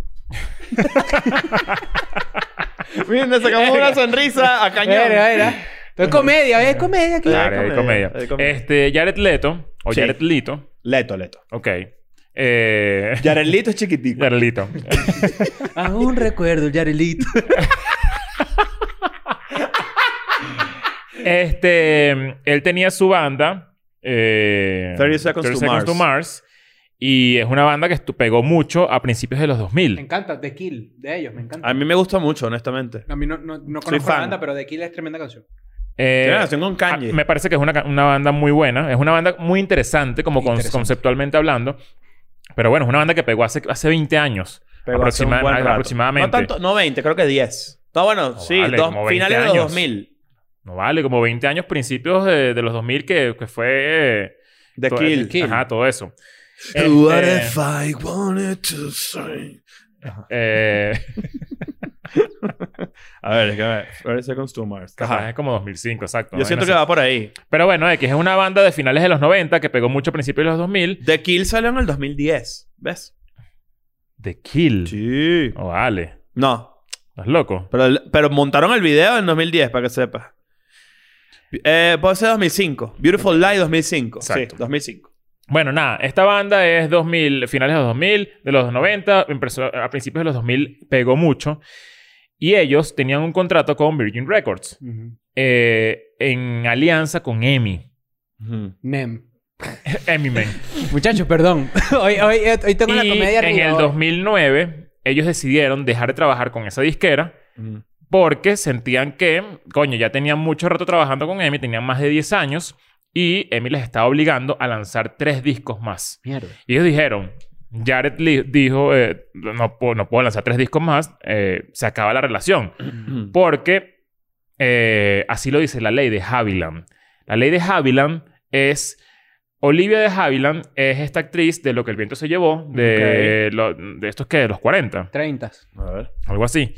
Miren, le sacamos una sonrisa a cañón. Era, era. Esto es comedia, es comedia aquí. Claro. Claro, de comedia, comedia. de comedia. Este, Jared Leto, o Sí. Jared Lito. Leto, Leto. Ok. Eh, Yarelito es chiquitico. Jared Lito. Aún recuerdo el Yarelito. Este, él tenía su banda. Eh, 30 Seconds to Mars. Y es una banda que estu- pegó mucho a principios de los Me 2000. encanta The Kill, de ellos, me encanta. A mí me gusta mucho, honestamente. A mí no, no, no Soy conozco la fan. banda, pero The Kill es tremenda canción. Eh, Tiene relación con ah, Kanye. me parece que es una, ca- una banda muy buena. Es una banda muy interesante, como con- Interesante. conceptualmente hablando. Pero bueno, es una banda que pegó hace, hace 20 años. Pero hace un aproxima- buen rato. aproximadamente. No tanto, no 20, creo que 10. No, bueno, No sí, vale, dos- como 20 finales de los años. 2000. No vale, como 20 años, principios de, de los 2000, que, que fue. eh, The todo- Kill. Ah, Kill. Ajá, todo eso. What Este- if I wanted to sing? Eh, A ver, es que a ver. 30 Seconds to Mars. capaz es como 2005, exacto. Yo una siento que vaina va por ahí. así. Pero bueno, X es una banda de finales de los 90 que pegó mucho a principios de los 2000. The Kill salió en el 2010. ¿Ves? The Kill. Sí. No Oh, vale. No. ¿Estás loco? Pero, el- pero montaron el video en 2010, para que sepas. Eh, puede ser 2005. Beautiful Lie 2005. Exacto. Sí, 2005. Bueno, nada. Esta banda es 2000, finales de los 2000, de los 90. empezó- a principios de los 2000 pegó mucho. Y ellos tenían un contrato con Virgin Records. eh, en alianza con Emmy. Mem. Eminem. Muchachos, perdón. hoy, hoy, hoy tengo la Y comedia arriba. en el hoy. 2009 ellos decidieron dejar de trabajar con esa disquera Ujú. porque sentían que, coño, ya tenían mucho rato trabajando con Emi, tenían más de 10 años y Emi les estaba obligando a lanzar tres discos más. Mierda. Y ellos dijeron, Jared Lee dijo, eh, no, puedo, no puedo lanzar tres discos más, eh, se acaba la relación. Ujú. Porque eh, así lo dice la ley de Haviland. La ley de Haviland es. Olivia de Haviland es esta actriz de Lo que el viento se llevó, de, lo- de estos que, de los 40, 30. A ver. algo así.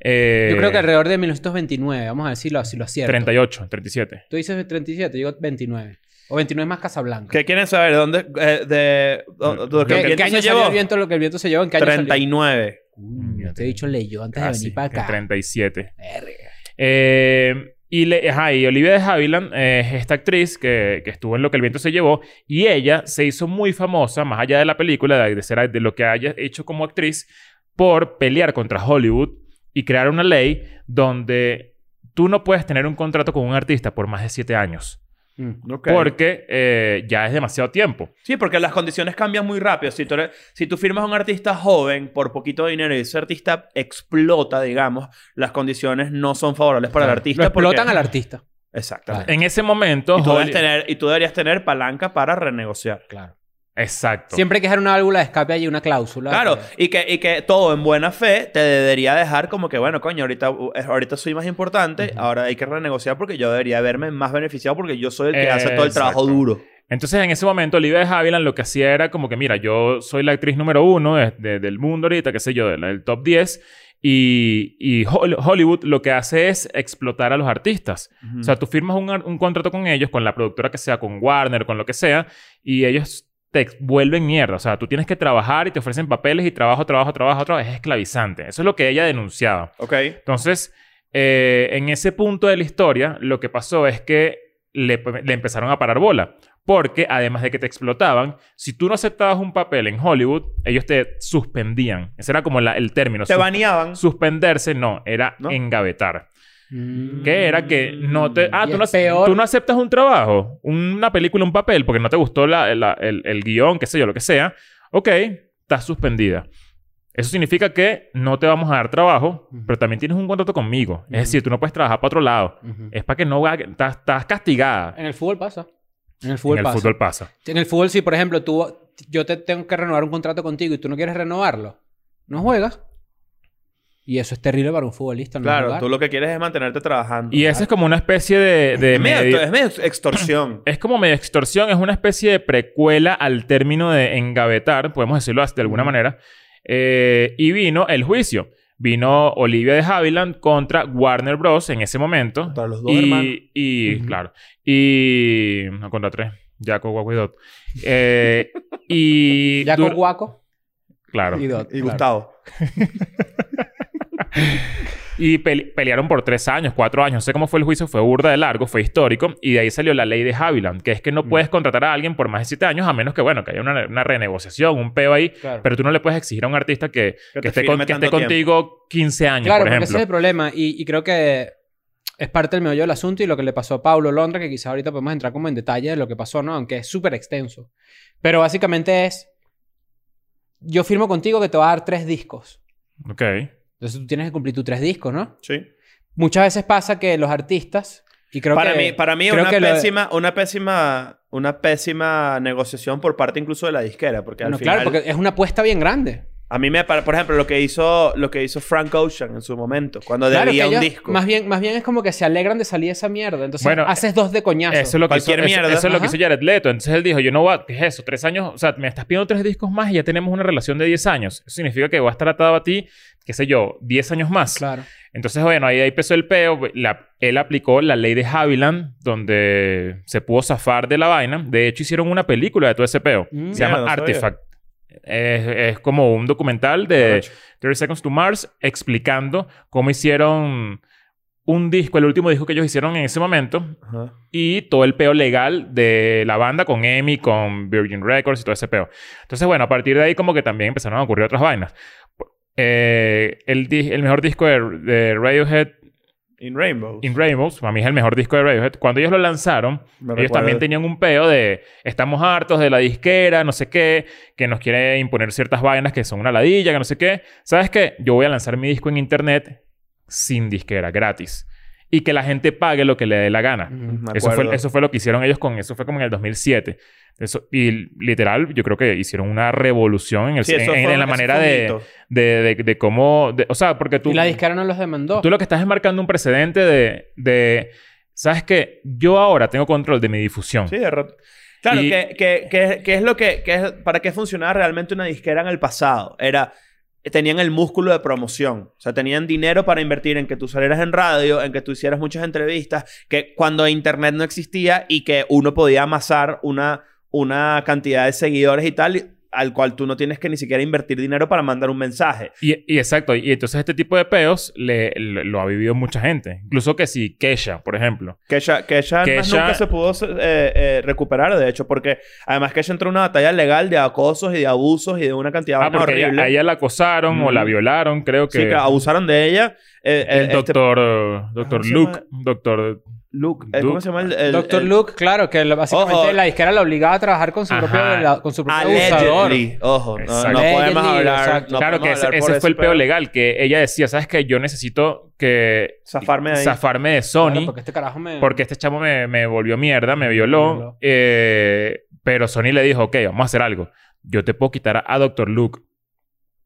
Eh, Yo creo que alrededor de 1929, vamos a decirlo así, lo acierto. 38, 37. Tú dices 37, yo digo 29. O 29 más Casablanca. ¿Qué quieren saber? ¿Dónde? eh, de, do- do- ¿Qué- ¿qué- ¿Qué, quién qué año se salió llevó? el viento? Lo que el viento se llevó, ¿en qué año salió? 39. Ah, Coño, te he dicho leyó antes de Casi, venir para acá. 37. Verga. Eh, y, le, ajá, y Olivia de Havilland eh, es esta actriz que, que estuvo en Lo que el viento se llevó. Y ella se hizo muy famosa, más allá de la película, de, de ser, de lo que haya hecho como actriz, por pelear contra Hollywood y crear una ley donde tú no puedes tener un contrato con un artista por más de siete años. Mm. Ok. Porque eh, ya es demasiado tiempo. Sí, porque las condiciones cambian muy rápido. Si tú, eres- si tú firmas a un artista joven por poquito dinero y ese artista explota, digamos, las condiciones no son favorables para el artista. Lo explotan porque- al artista. Exactamente. En ese momento... Y tú, Holly- deberías tener, y tú deberías tener palanca para renegociar. Claro. Exacto. Siempre hay que dejar una válvula de escape allí, una cláusula. Claro, que- y que, y que todo en buena fe te debería dejar como que, bueno, coño, ahorita, uh, ahorita soy más importante, ahora hay que renegociar porque yo debería verme más beneficiado porque yo soy el que hace todo el trabajo Exacto. duro. Entonces, en ese momento, Olivia de Havilland lo que hacía era como que, mira, yo soy la actriz número uno de- de- del mundo ahorita, qué sé yo, de la- del top 10. Y, y Hol- Hollywood lo que hace es explotar a los artistas. O Mm. sea, tú firmas un, ar- un contrato con ellos, con la productora que sea, con Warner, con lo que sea, y ellos te ex- vuelven mierda. O sea, tú tienes que trabajar y te ofrecen papeles y trabajo, trabajo, trabajo, trabajo. Es esclavizante. Eso es lo que ella denunciaba. ok. Entonces, eh, en ese punto de la historia, lo que pasó es que le, le empezaron a parar bola. Porque además de que te explotaban, si tú no aceptabas un papel en Hollywood, ellos te suspendían. Ese era como la- el término. Te Sus- baneaban. Suspenderse, no, era ¿No? engavetar. Mm. Que era que no te. Ah, Y tú no, es peor. tú no aceptas un trabajo, una película, un papel, porque no te gustó la- la- el, el guión, qué sé yo, lo que sea. Ok, estás suspendida. Eso significa que no te vamos a dar trabajo, Ujú. pero también tienes un contrato conmigo. Ujú. Es decir, tú no puedes trabajar para otro lado. Ujú. Es para que no haga- estás, estás castigada. En el fútbol pasa. En el En fútbol el pasa. fútbol pasa. En el fútbol, si por ejemplo tú, yo te tengo que renovar un contrato contigo y tú no quieres renovarlo, no juegas. Y eso es terrible para un futbolista. No Claro, jugar. tú lo que quieres es mantenerte trabajando. Ah. Y esa es como una especie de. de es, medio, medio- es medio extorsión. Es como medio extorsión, es una especie de precuela al término de engavetar, podemos decirlo así de alguna manera. Eh, y vino el juicio. Vino Olivia de Havilland contra Warner Bros. en ese momento. Contra los dos y, hermanos. Y, Ujú. claro. Y. No, contra tres. Jaco, Guaco y Dot. Eh, y. Ya con dur- Guaco Claro. y Dot. y claro. Gustavo. Y pele- pelearon por tres años, cuatro años. No sé cómo fue el juicio, fue burda de largo, fue histórico. Y de ahí salió la ley de Haviland, que es que no Mm. puedes contratar a alguien por más de siete años, a menos que, bueno, que haya una, una renegociación, un peo ahí. Claro. Pero tú no le puedes exigir a un artista que, Que que te esté, firme con- que esté tanto contigo 15 años, Claro, por porque ese ejemplo. es el problema. Y, y creo que es parte del meollo del asunto y lo que le pasó a Pablo Londra, que quizás ahorita podemos entrar como en detalle de lo que pasó, ¿no? Aunque es súper extenso. Pero básicamente es, yo firmo contigo que te va a dar tres discos. Ok. Entonces tú tienes que cumplir tus tres discos, ¿no? Sí. Muchas veces pasa que los artistas, y creo para que... mí, para mí creo una, que lo- pésima, una pésima, una pésima negociación por parte incluso de la disquera, porque Bueno, al final claro, porque es una apuesta bien grande. a mí me, para- por ejemplo, lo que hizo, lo que hizo Frank Ocean en su momento, cuando Claro, debía que un ellos- disco. Más bien, más bien es como que se alegran de salir esa mierda. Entonces Bueno, haces dos de coñazo. Eso es lo que, hizo, Cualquier eso- mierda. eso es lo que Ajá. hizo Jared Leto. Entonces él dijo, yo no voy a... ¿Qué es eso? Tres años... O sea, me estás pidiendo tres discos más y ya tenemos una relación de 10 años. Eso significa que voy a estar atado a ti, qué sé yo, 10 años más. Claro. Entonces, bueno, ahí, ahí empezó el peo. La- él aplicó la ley de Haviland, donde se pudo zafar de la vaina. De hecho, hicieron una película de todo ese peo. Mm. se llama Mierda, no sabía. Artifact. Es, es como un documental de Arrecho. 30 Seconds to Mars explicando cómo hicieron un disco, el último disco que ellos hicieron en ese momento, Ajá. y todo el peo legal de la banda con EMI, con Virgin Records y todo ese peo. Entonces, bueno, a partir de ahí como que también empezaron a ocurrir otras vainas. Eh, el, di- el mejor disco de, de Radiohead, In Rainbows. In Rainbows, para mí es el mejor disco de Radiohead. Cuando ellos lo lanzaron, Me ellos recuerdo. también tenían un peo de estamos hartos de la disquera, no sé qué, que nos quiere imponer ciertas vainas que son una ladilla, que no sé qué. ¿Sabes qué? Yo voy a lanzar mi disco en internet sin disquera, gratis. Y que la gente pague lo que le dé la gana. Mm. Me Eso acuerdo. fue, eso fue lo que hicieron ellos con... Eso fue como en el 2007. Eso, y literal, yo creo que hicieron una revolución en, el- Sí, eso en- en fue- la eso manera fue un de, hito. de, de- de cómo... de- o sea, porque tú... Y la disquera no los demandó. Tú lo que estás es marcando un precedente de... de ¿Sabes qué? Yo ahora tengo control de mi difusión. Sí, de ro- Claro, Y- que, que, que- que es lo que, que es- para qué funcionaba realmente una disquera en el pasado. Era, tenían el músculo de promoción. O sea, tenían dinero para invertir en que tú salieras en radio, en que tú hicieras muchas entrevistas, que cuando internet no existía y que uno podía amasar una, una cantidad de seguidores y tal, al cual tú no tienes que ni siquiera invertir dinero para mandar un mensaje. Y, y exacto, y entonces este tipo de peos le, lo- lo ha vivido mucha gente. Incluso que si Kesha, por ejemplo. Kesha, Kesha, además, Kesha- nunca se pudo eh, eh, recuperar, de hecho, porque además Kesha entró en una batalla legal de acosos y de abusos y de una cantidad Ah, de vainas porque ella- horrible. a ella la acosaron o la Mm. violaron, creo que. Sí, que abusaron de ella. Eh, El eh, este- doctor. eh, doctor ¿cómo se Luke. llama? Doctor. Luke, eh, ¿Cómo Duke. se llama el...? el- Doctor el- Luke, claro, que lo- básicamente Ojo. la disquera la obligaba a trabajar con su Ajá. propio, viola- con su propio abusador. Allegedly. Ojo, no- no, Exacto. podemos Allegedly, hablar... exacto. no claro podemos que ese, hablar ese por fue el ese pedo. peo legal, que ella decía, ¿sabes qué? Yo necesito que. Zafarme de ahí. Zafarme de Sony. Claro, porque... porque este carajo me... este chamo me, me volvió mierda, me violó. Me violó. eh, pero Sony le dijo, ok, vamos a hacer algo. Yo te puedo quitar a, Doctor Luke.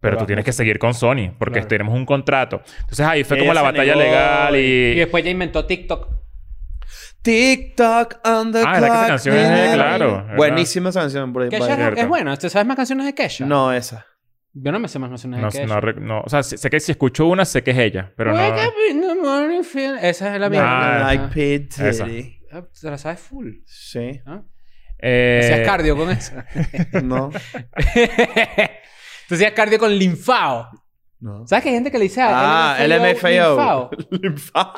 Pero tú Vamos. tienes que seguir con Sony, porque Claro. tenemos un contrato. Entonces ahí fue Ella como la se batalla negó legal y... Y después ya inventó TikTok. TikTok on the Ah, ¿verdad que esa clock, canción es de- nena. claro, ¿verdad? Buenísima esa canción. Por Kesha es- cierto. es buena. ¿Tú sabes más canciones de Kesha? No, esa. Yo no me sé más canciones No, de Kesha. no rec- no, o sea, sé sé que si escucho una, sé que es ella, pero no... Wake up in the morning feel- Esa es la Ah, mía. like P. Diddy. esa. Ah, Te la sabes full. Sí. ¿no? Eh, Hacías cardio con esa. No. Tú hacías cardio con linfao. No. ¿Sabes que hay gente que le dice a Ah, LMFAO. linfao? Linfao.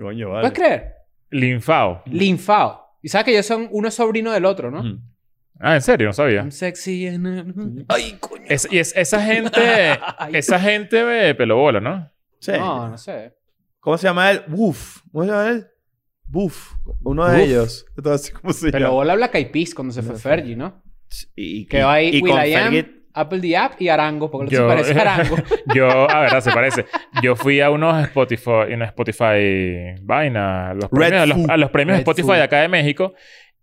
Coño, vale. ¿Puedes creer? Linfao. Linfao. Y sabes que ellos son uno es sobrino del otro, ¿no? Mm. Ah, ¿en serio? No sabía. I'm sexy and... Ay, coño. Es- y es- esa gente... esa gente de pelobola, ¿no? Sí. No, no sé. ¿Cómo se llama él? Woof. ¿Cómo se llama él? Woof. Uno de Woof. ellos. Entonces, ¿cómo se Pero llama? bola Black Eyed Peas cuando se fue No sé. Fergie, ¿no? Y, y- Quedó ahí y Will con I Am, Fergie- Apple the App y Arango, porque Yo- se parece a Arango. Yo... A ver, se parece. Yo fui a unos Spotify... Una Spotify... Vaina. a Los Red premios, a los, Food. a los premios Red Spotify Food. de acá de México.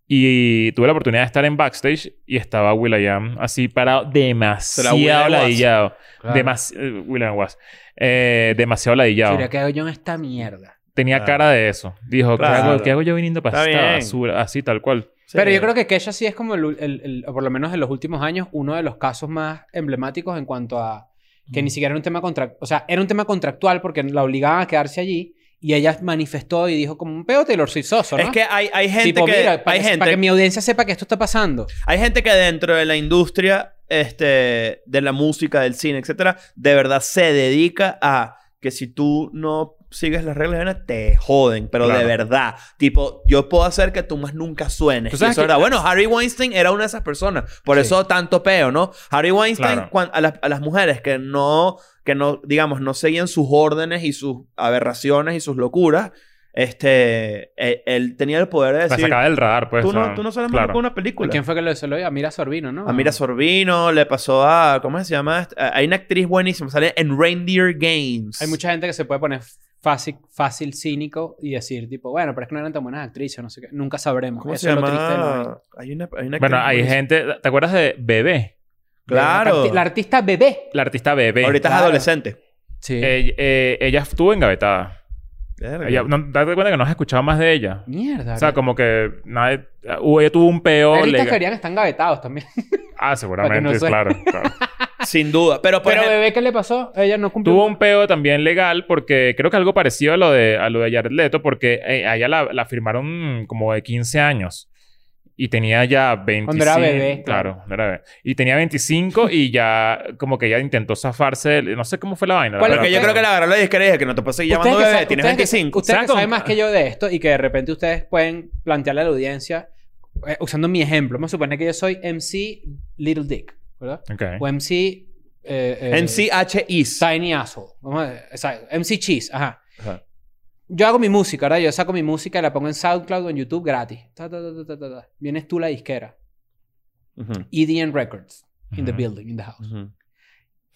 Y tuve la oportunidad de estar en backstage y estaba Will.i.am así parado demasiado Will.i.am was. ladillado. Claro. Demas- eh, William Was. Eh, demasiado ladillado. Mira, ¿qué hago yo en esta mierda? Tenía Claro. cara de eso. Dijo, ¿qué, Ah. Claro. hago, qué hago yo viniendo para Está esta bien. basura? Así, tal cual. Sí. Pero yo creo que Kesha sí es como, el, el- el- o por lo menos en los últimos años, uno de los casos más emblemáticos en cuanto a que Mm. ni siquiera era un tema contractual. O sea, era un tema contractual porque la obligaban a quedarse allí y ella manifestó y dijo como un peo Taylor Swift soso, ¿no? Es que hay, hay gente Tipo, que... mira, para hay que, gente para que mi audiencia sepa que esto está pasando. Hay gente que dentro de la industria este, de la música, del cine, etcétera, de verdad se dedica a que si tú no sigues las reglas, vaina, te joden, pero de Claro. verdad. Tipo, yo puedo hacer que tú más nunca suenes. Tú Y eso sabes es que- verdad. Bueno, Harry Weinstein era una de esas personas. Por Sí. eso tanto peo, ¿no? Harry Weinstein, Claro. cuan- a, las, a las mujeres que no, que no, digamos, no seguían sus órdenes y sus aberraciones y sus locuras, este, él, él tenía el poder de La decir... sacaba del radar, pues. Tú o no, sea, tú no sales claro. con una película. ¿Quién fue que lo desoló? A Mira Sorbino, ¿no? A Mira Sorbino, le pasó a. ¿Cómo se llama? esta? A- Hay una actriz buenísima, sale en Reindeer Games. Hay mucha gente que se puede poner fácil, fácil cínico y decir tipo, bueno, pero es que no eran tan buenas actrices, no sé qué. Nunca sabremos. ¿Cómo Eso se es lo triste de la vida. llama? Hay una, hay una Bueno, actriz hay buenísima. gente... ¿Te acuerdas de Bebé? La Claro. arti- La artista bebé. La artista Bebé. Ahorita Claro. es adolescente. Sí. Eh, eh, ella estuvo engavetada. Verga. Ella, no, date cuenta que no has escuchado más de ella. Mierda. O sea, como que... Nadie, hubo- ella tuvo un peo... Hay listas legal. que harían están gavetados también. Ah, seguramente, Para que no claro. claro. Sin duda. Pero, por Pero ejemplo- bebé, ¿qué le pasó? Ella no cumplió. Tuvo un peo también legal porque creo que algo parecido a lo de, a lo de Jared Leto porque eh, a ella la, la firmaron mm, como de 15 años. Y tenía ya 25. Cuando era bebé, Claro, cuando era bebé. Y tenía 25 y ya como que ella intentó zafarse. del- No sé cómo fue la vaina. la ¿Cuál es verdad, porque yo ustedes- creo que la agarró la disquera y dije que no te puedes seguir Ustedes llamando que bebé, sa- tienes ustedes que- 25. ustedes que Saca un- saben más que yo de esto y que de repente ustedes pueden plantearle a la audiencia, eh, usando mi ejemplo, vamos a suponer que yo soy MC Little Dick, ¿verdad? Ok. O MC... eh, eh, NCHIs. Tiny Asshole. Vamos a- exacto, MC Cheese, ajá. Ajá. Yo hago mi música, ¿verdad? Yo saco mi música y la pongo en SoundCloud o en YouTube gratis. Ta, ta, ta, ta, ta, ta. Vienes tú la disquera. Ujú, EDN Records. In the Ujú. building, in the house. ujú.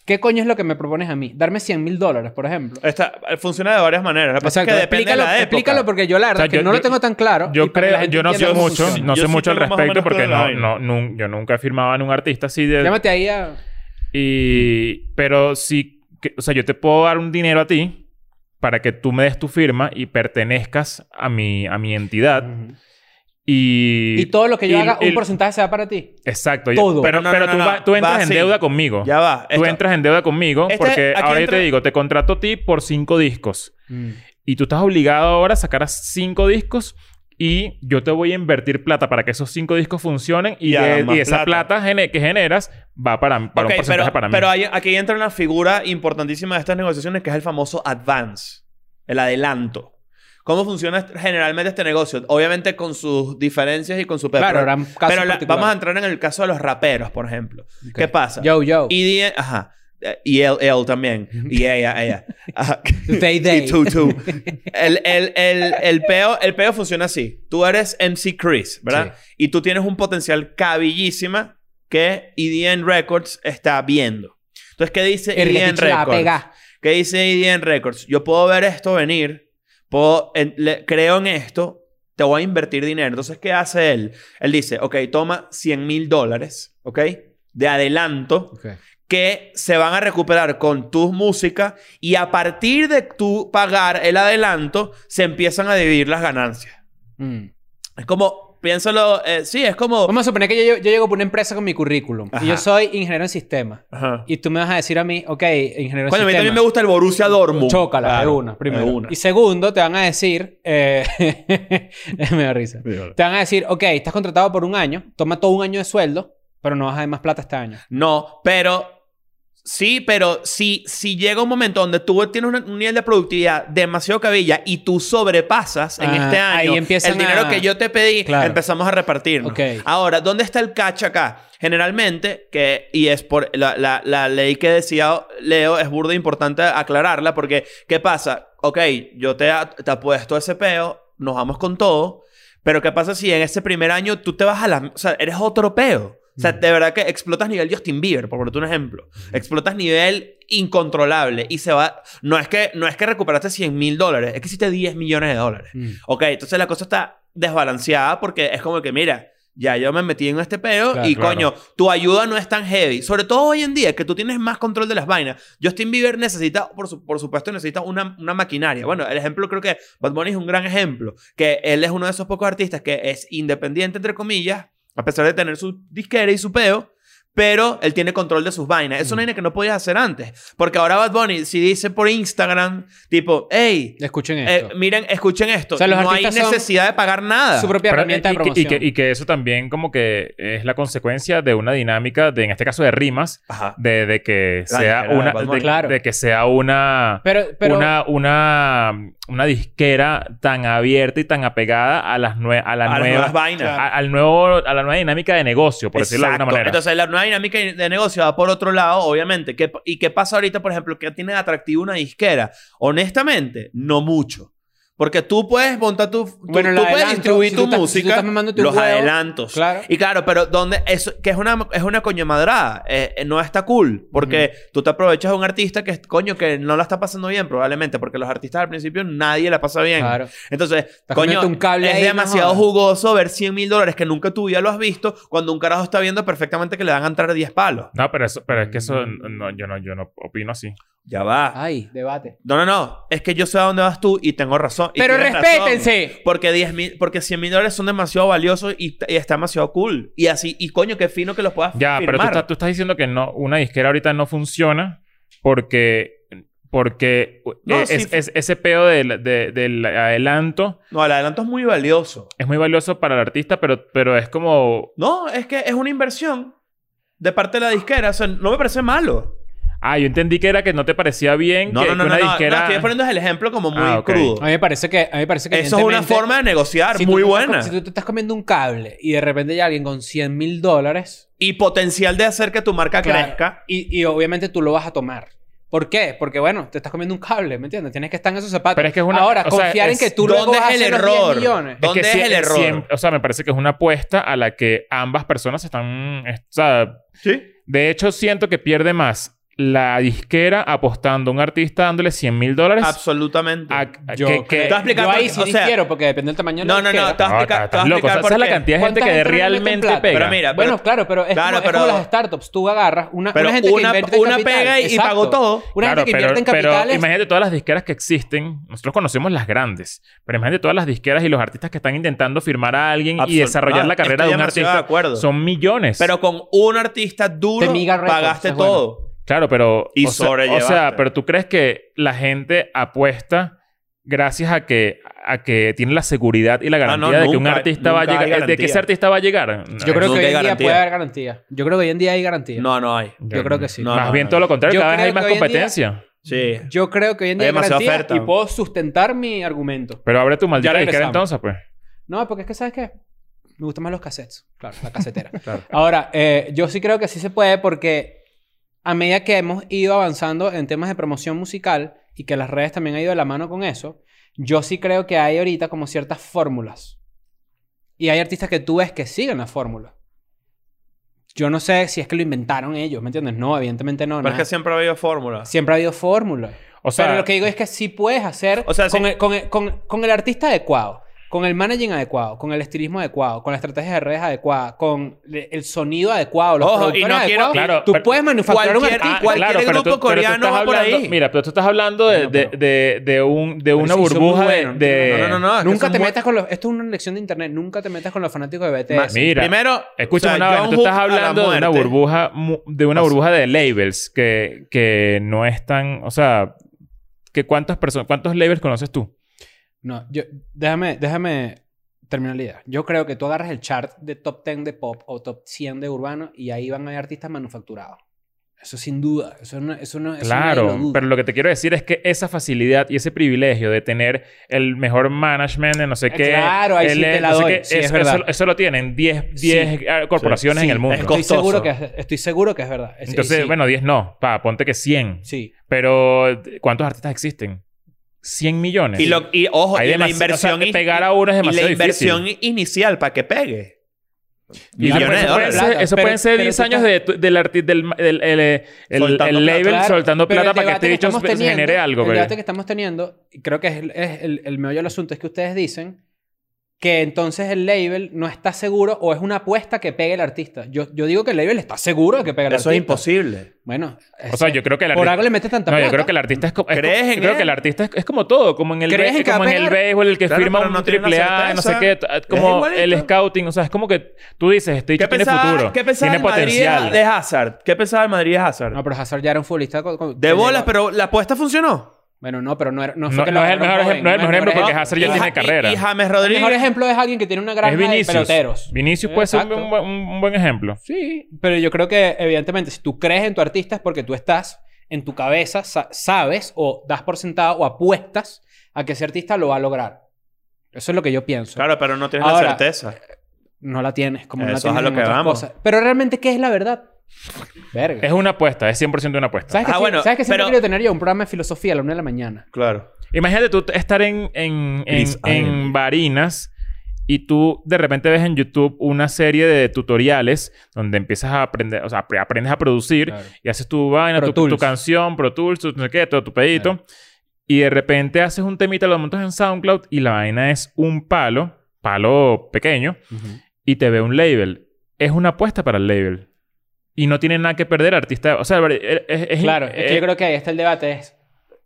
¿Qué coño es lo que me propones a mí? Darme 100 mil dólares, por ejemplo. Esta, eh, funciona de varias maneras. Lo que pasa es que Exacto, depende de la época. explícalo porque yo la verdad O sea, es que yo- no lo yo- tengo tan claro. y Yo para que la creo, gente yo no sé entienda cómo mucho, funciona. no Yo sé sí mucho al tengo más o respecto menos porque toda la no, vaina. no, nun- yo nunca he firmado en un artista así de... Llámate ahí a... Y, pero sí, que- o sea, yo te puedo dar un dinero a ti para que tú me des tu firma y pertenezcas a mi, a mi entidad. Y, Y todo lo que yo y- haga, y- un porcentaje se da para ti. Exacto. yo- Todo. Pero, No, no, pero no, tú, no, va- no. tú entras Va en así. deuda conmigo. Ya va. tú esto- entras en deuda conmigo Este- porque aquí ahora yo entra- te digo, te contrato a ti por cinco discos. Mm. Y tú estás obligado ahora a sacar a cinco discos y yo te voy a invertir plata para que esos cinco discos funcionen y, Y de- hagan más y esa plata. plata, gene- que generas va para, para Ok, un porcentaje pero, para mí. pero hay- aquí entra una figura importantísima de estas negociaciones que es el famoso advance, el adelanto. ¿Cómo funciona est- generalmente este negocio? Obviamente con sus diferencias y con su peor. Claro, eran casos pero la- particulares. vamos a entrar en el caso de los raperos, por ejemplo. Ok. ¿Qué pasa? Yo, yo. Y die- ajá. Eh, Y él, él también. Y ella, ella. Ajá. They, they. Y tú, tú. El, el, el, el, peo, el peo funciona así. Tú eres MC Chris, ¿verdad? Y tú tienes un potencial cabillísima que EDN Records está viendo. Entonces, ¿qué dice El EDN reticho la va a Records? pegar. ¿Qué dice EDN Records? Yo puedo ver esto venir. Puedo, en- le- creo en esto. Te voy a invertir dinero. Entonces, ¿qué hace él? Él dice, ok, toma 100 mil dólares, ¿ok? De adelanto que se van a recuperar con tus músicas y a partir de tú pagar el adelanto se empiezan a dividir las ganancias. Mm. Es como, piénsalo, eh, sí, es como... Vamos a suponer que yo, yo llego por una empresa con mi currículum. Ajá. Y yo soy ingeniero en sistemas. Ajá. Y tú me vas a decir a mí, ok, ingeniero en Bueno, a mí sistemas. también me gusta el Borussia Dortmund. Chócala, de una, primero. Y segundo, te van a decir... eh, me da risa. Te van a decir, ok, estás contratado por un año. Toma todo un año de sueldo. Pero no vas a dar más plata este año. No, pero... Sí, pero si, si llega un momento donde tú tienes una- un nivel de productividad demasiado cabilla y tú sobrepasas en Ah, este ahí año empiezan el dinero a- que yo te pedí, Claro. empezamos a repartirnos. Ok. Ahora, ¿dónde está el catch acá? Generalmente, que, y es por la, la- la ley que decía Leo, es burda importante aclararla, porque ¿qué pasa? Ok, yo te, a- te apuesto ese peo, nos vamos con todo, pero ¿qué pasa si en ese primer año tú te vas a la. O sea, eres otro peo. O sea, de verdad que explotas nivel Justin Bieber, por ponerte un ejemplo. Explotas nivel incontrolable y se va... No es que, no es que recuperaste 100 mil dólares, es que hiciste 10 millones de dólares. Mm. Ok, entonces la cosa está desbalanceada porque es como que, mira, ya yo me metí en este pedo Claro, y claro. coño, tu ayuda no es tan heavy. Sobre todo hoy en día que tú tienes más control de las vainas. Justin Bieber necesita, por, su- por supuesto, necesita una, una maquinaria. Bueno, el ejemplo creo que Bad Bunny es un gran ejemplo, que él es uno de esos pocos artistas que es independiente, entre comillas, a pesar de tener su disquera y su peo. Pero él tiene control de sus vainas. Es una vaina que no podías hacer antes. Porque ahora Bad Bunny, si dice por Instagram, tipo, hey, Escuchen eh, esto. miren, escuchen esto. O sea, los no hay artistas son necesidad de pagar nada. Su propia Pero- eh, herramienta de y, que- y promoción. que, y que eso también como que es la consecuencia de una dinámica de, en este caso, de rimas, Ajá. de, de que sea La disquera de una... Bad De, Bunny. Claro. de que sea una... pero, pero... una, una, una disquera tan abierta y tan apegada a las, nue- a la A las nueva- nuevas vainas. a, al nuevo, a la nueva dinámica de negocio, por decirlo de alguna Exacto. manera. Entonces, la nueva dinámica de negocio va por otro lado, obviamente. ¿Qué- ¿Y qué pasa ahorita, por ejemplo, que tiene de atractivo una disquera? Honestamente, no mucho. Porque tú puedes montar tu... tu- Bueno, el tú puedes adelanto, distribuir si tu tú estás- si tú música, estás mamando tu los huevo, adelantos. claro. Y claro, pero donde eso, que es una, es una coño madrada, eh, eh, no está cool, porque tú te aprovechas de un artista que, es- coño, que no la está pasando bien probablemente, porque los artistas al principio nadie la pasa bien. Claro. Entonces, coño, comiéndote un cable es ahí, no demasiado jodas. jugoso ver 100 mil dólares que nunca tú ya lo has visto cuando un carajo está viendo perfectamente que le van a entrar 10 palos. No, pero, eso, pero es que eso... Mm. No, yo, no, yo no opino así. Ya Ah. va. Ay, debate. No, no, no. Es que yo sé a dónde vas tú y tengo razón. y Pero tienes razón. respétense. Porque 10 mil, porque 100 mil dólares son demasiado valiosos y, y está demasiado cool. Y así, y coño, qué fino que los puedas Ya, firmar. pero tú estás, tú estás diciendo que no, una disquera ahorita no funciona porque... Porque No, eh, sí es- fu- es- ese pedo del, de- del adelanto No, el adelanto es muy valioso. es muy valioso para el artista, pero, pero es como... No, es que es una inversión de parte de la disquera. O sea, no me parece malo. Ah, yo entendí que era que no te parecía bien No, que, no, no, que no, una no. disquera... No, estoy poniendo el ejemplo como muy Ah, ok. A crudo. mí me parece que... A mí me parece que Eso es una evidentemente- forma de negociar Si tú muy te estás buena. com- Si tú te estás comiendo un cable y de repente hay alguien con 100 mil dólares, Y potencial de hacer que tu marca claro, crezca. y, y obviamente tú lo vas a tomar. ¿Por qué? Porque bueno, te estás comiendo un cable, ¿me entiendes? Tienes que estar en esos zapatos. Pero es que es una- Ahora, o sea, confiar en es- que tú luego ¿Dónde vas a es el hacer los 10 error? millones. ¿Dó- ¿Dónde es sie- el error? o sea, me parece que es una apuesta a la que ambas personas están... es- o sea, Sí. de hecho, siento que pierde más la disquera apostando a un artista dándole 100 mil dólares. Absolutamente. Pues, a- a- Yo, que- que- Te voy a explicar yo ahí por- sí o sea- difiero porque depende del tamaño de la No, no, no, disquera. te voy a No, explicar- estás te voy a loco. O sea, esa explicar es por la qué. cantidad de gente ¿Cuánta que gente no le mete realmente plata? pega. Pero mira, bueno, claro, pero es, Claro, como, es como pero- las startups. Tú agarras una, Pero una gente una- que invierte en una capital. pega y- y Exacto. pagó todo. Una Claro, gente que invierte en pero capitales. imagínate todas las disqueras que existen. Nosotros conocemos las grandes. Pero imagínate todas las disqueras y los artistas que están intentando firmar a alguien y Absolut- desarrollar Ah, la carrera estoy de un demasiado artista. de acuerdo. Son millones. Pero con un artista duro Temiga Records, pagaste es bueno. todo. Claro, pero. Y o sea- o sea, sobrellevaste. pero tú crees que la gente apuesta gracias a que, a que tiene la seguridad y la garantía Ah, no, de que un nunca- artista va a nunca hay llegar, de que garantía. ese artista va a llegar. Yo creo no que hay hoy en día garantía. puede haber garantía. Yo creo que hoy en día hay garantía. No, no hay. yo creo que sí. No, Más no, bien no. todo lo contrario, Yo cada vez hay creo más que hoy en día- competencia. Sí. Yo creo que hoy en día Hay hay, demasiada garantía oferta. y puedo sustentar mi argumento. Pero abre tu maldita Ya disquera regresamos. entonces, pues. No, porque es que, ¿sabes qué? Me gustan más los cassettes. Claro, la casetera. Claro. Ahora, eh, yo sí creo que sí se puede porque a medida que hemos ido avanzando en temas de promoción musical y que las redes también han ido de la mano con eso, yo sí creo que hay ahorita como ciertas fórmulas. Y hay artistas que tú ves que siguen la fórmula. Yo no sé si es que lo inventaron ellos, ¿me entiendes? No, evidentemente no. Pero es nada. que siempre ha habido fórmulas. Siempre ha habido fórmula. O sea, Pero lo que digo es que sí puedes hacer O sea, con, sí. el, con, el- con- con el artista adecuado, con el managing adecuado, con el estilismo adecuado, con la estrategia de redes adecuada, con le- el sonido adecuado, los Ojo, y productores no quiero- adecuados. Claro, tú pero- puedes manufacturar un Cualquier- artista. cual- cualquier pero grupo coreano estás va por hablando- ahí. Mira, pero tú estás hablando de, Bueno, pero- de, de, de un, de una sí, son muy burbuja de- buenos. de... No, no, no, no. es Ah, que nunca son te muy- metas con los... Esto es una lección de internet. Nunca te metas con los fanáticos de BTS. Más- Mira, Primero, Escúchame o sea, una vaina, Jungkook tú estás a la hablando de una muerte. burbuja mu- de una O sea- burbuja de labels que, que no es tan, o sea, que cuántas personas, cuántos labels conoces tú? No, yo... Déjame, déjame terminar la idea. Yo creo que tú agarras el chart de top 10 de pop o top 100 de urbano y ahí van a haber artistas manufacturados. Eso sin duda. Eso no... Eso no eso Claro, nadie lo duda. pero lo que te quiero decir es que esa facilidad y ese privilegio de tener el mejor management de no sé Eh, qué, claro, ahí sí el- te la no sé doy. qué, Sí, es eso, verdad. eso- eso lo tienen 10 10 ah, corporaciones Sí, en el mundo. es Estoy costoso. seguro que es, estoy seguro que es verdad. Es- Entonces, sí, bueno, 10 no, pa, ponte que 100. sí. Pero ¿cuántos artistas existen? 100 millones. Y, lo, y ojo, Hay y la demasi- o sea, inversión. in- pegar a uno es y la demasiado inversión difícil. inicial para que pegue. Y millones eso de pueden dólares. ser- Eso Pero- pueden ser pero 10 tú años de, estás- del, arti- del, el, el, el- el- Soltando el label Claro, soltando pero el plata para que debate este dicho estamos se- se genere teniendo- algo. El güey. debate que estamos teniendo, y creo que es, el- es el, el meollo del asunto, es que ustedes dicen que entonces el label no está seguro o es una apuesta que pegue el artista. Yo, yo digo que el label está seguro de que pegue el Eso artista. es imposible. Bueno, es- O sea, yo creo que el por artista... algo le metes tanta No, plata. yo creo que el artista es como... es ¿Crees como- en creo él? que el artista es, es como todo. Como en el, ¿Crees be- en que va como a en el pegar? béisbol, el que Claro, firma pero un no tiene una triple A, no sé certeza. qué. t- Como igualito. el scouting. O sea, es como que tú dices, este ¿Qué dicho tiene pensaba, futuro. ¿qué pensaba Tiene el Madrid potencial. de Hazard? ¿Qué pensaba el Madrid de Hazard? No, pero Hazard ya era un futbolista... con- con- de que bolas, llegó- pero la apuesta funcionó. Bueno, no, pero no, era, no fue No- que no lo es el agarraron mejor joven, ejem- no es el mejor ejemplo porque Hazard ya Y tiene Ja- y- carrera. Y, James El Rodríguez. mejor ejemplo es alguien que tiene una Es granja de Vinicius. peloteros. Vinicius puede ser un, Exacto. buen- un- un buen ejemplo. Sí, pero yo creo que evidentemente si tú crees en tu artista es porque tú estás en tu cabeza, sa- sabes o das por sentado o apuestas a que ese artista lo va a lograr. Eso es lo que yo pienso. Claro, pero no tienes Ahora, la certeza. No la tienes, como no la Eso es tienes a lo en que otras vamos. cosas. Pero realmente, ¿qué es la verdad? Verga. Es una apuesta. Es 100% una apuesta. ¿Sabes que, Ah, sí- bueno, ¿sabes que siempre pero- he querido tener yo un programa de filosofía a la una de la mañana? Claro. Imagínate tú estar en, en, en, Chris en Allen. Barinas y tú de repente ves en YouTube una serie de tutoriales donde empiezas a aprender, o sea, apre- aprendes a producir y haces tu vaina, Pro tu, tu Tools. canción, Pro Tools, tu, no sé qué, todo tu pedito. Y de repente haces un temita, lo montas en SoundCloud y la vaina es un palo, palo pequeño, y te ve un label. Es una apuesta para el label. Y no tiene nada que perder artista. O sea, es, es- Claro, es que eh, yo creo que ahí está el debate. Es,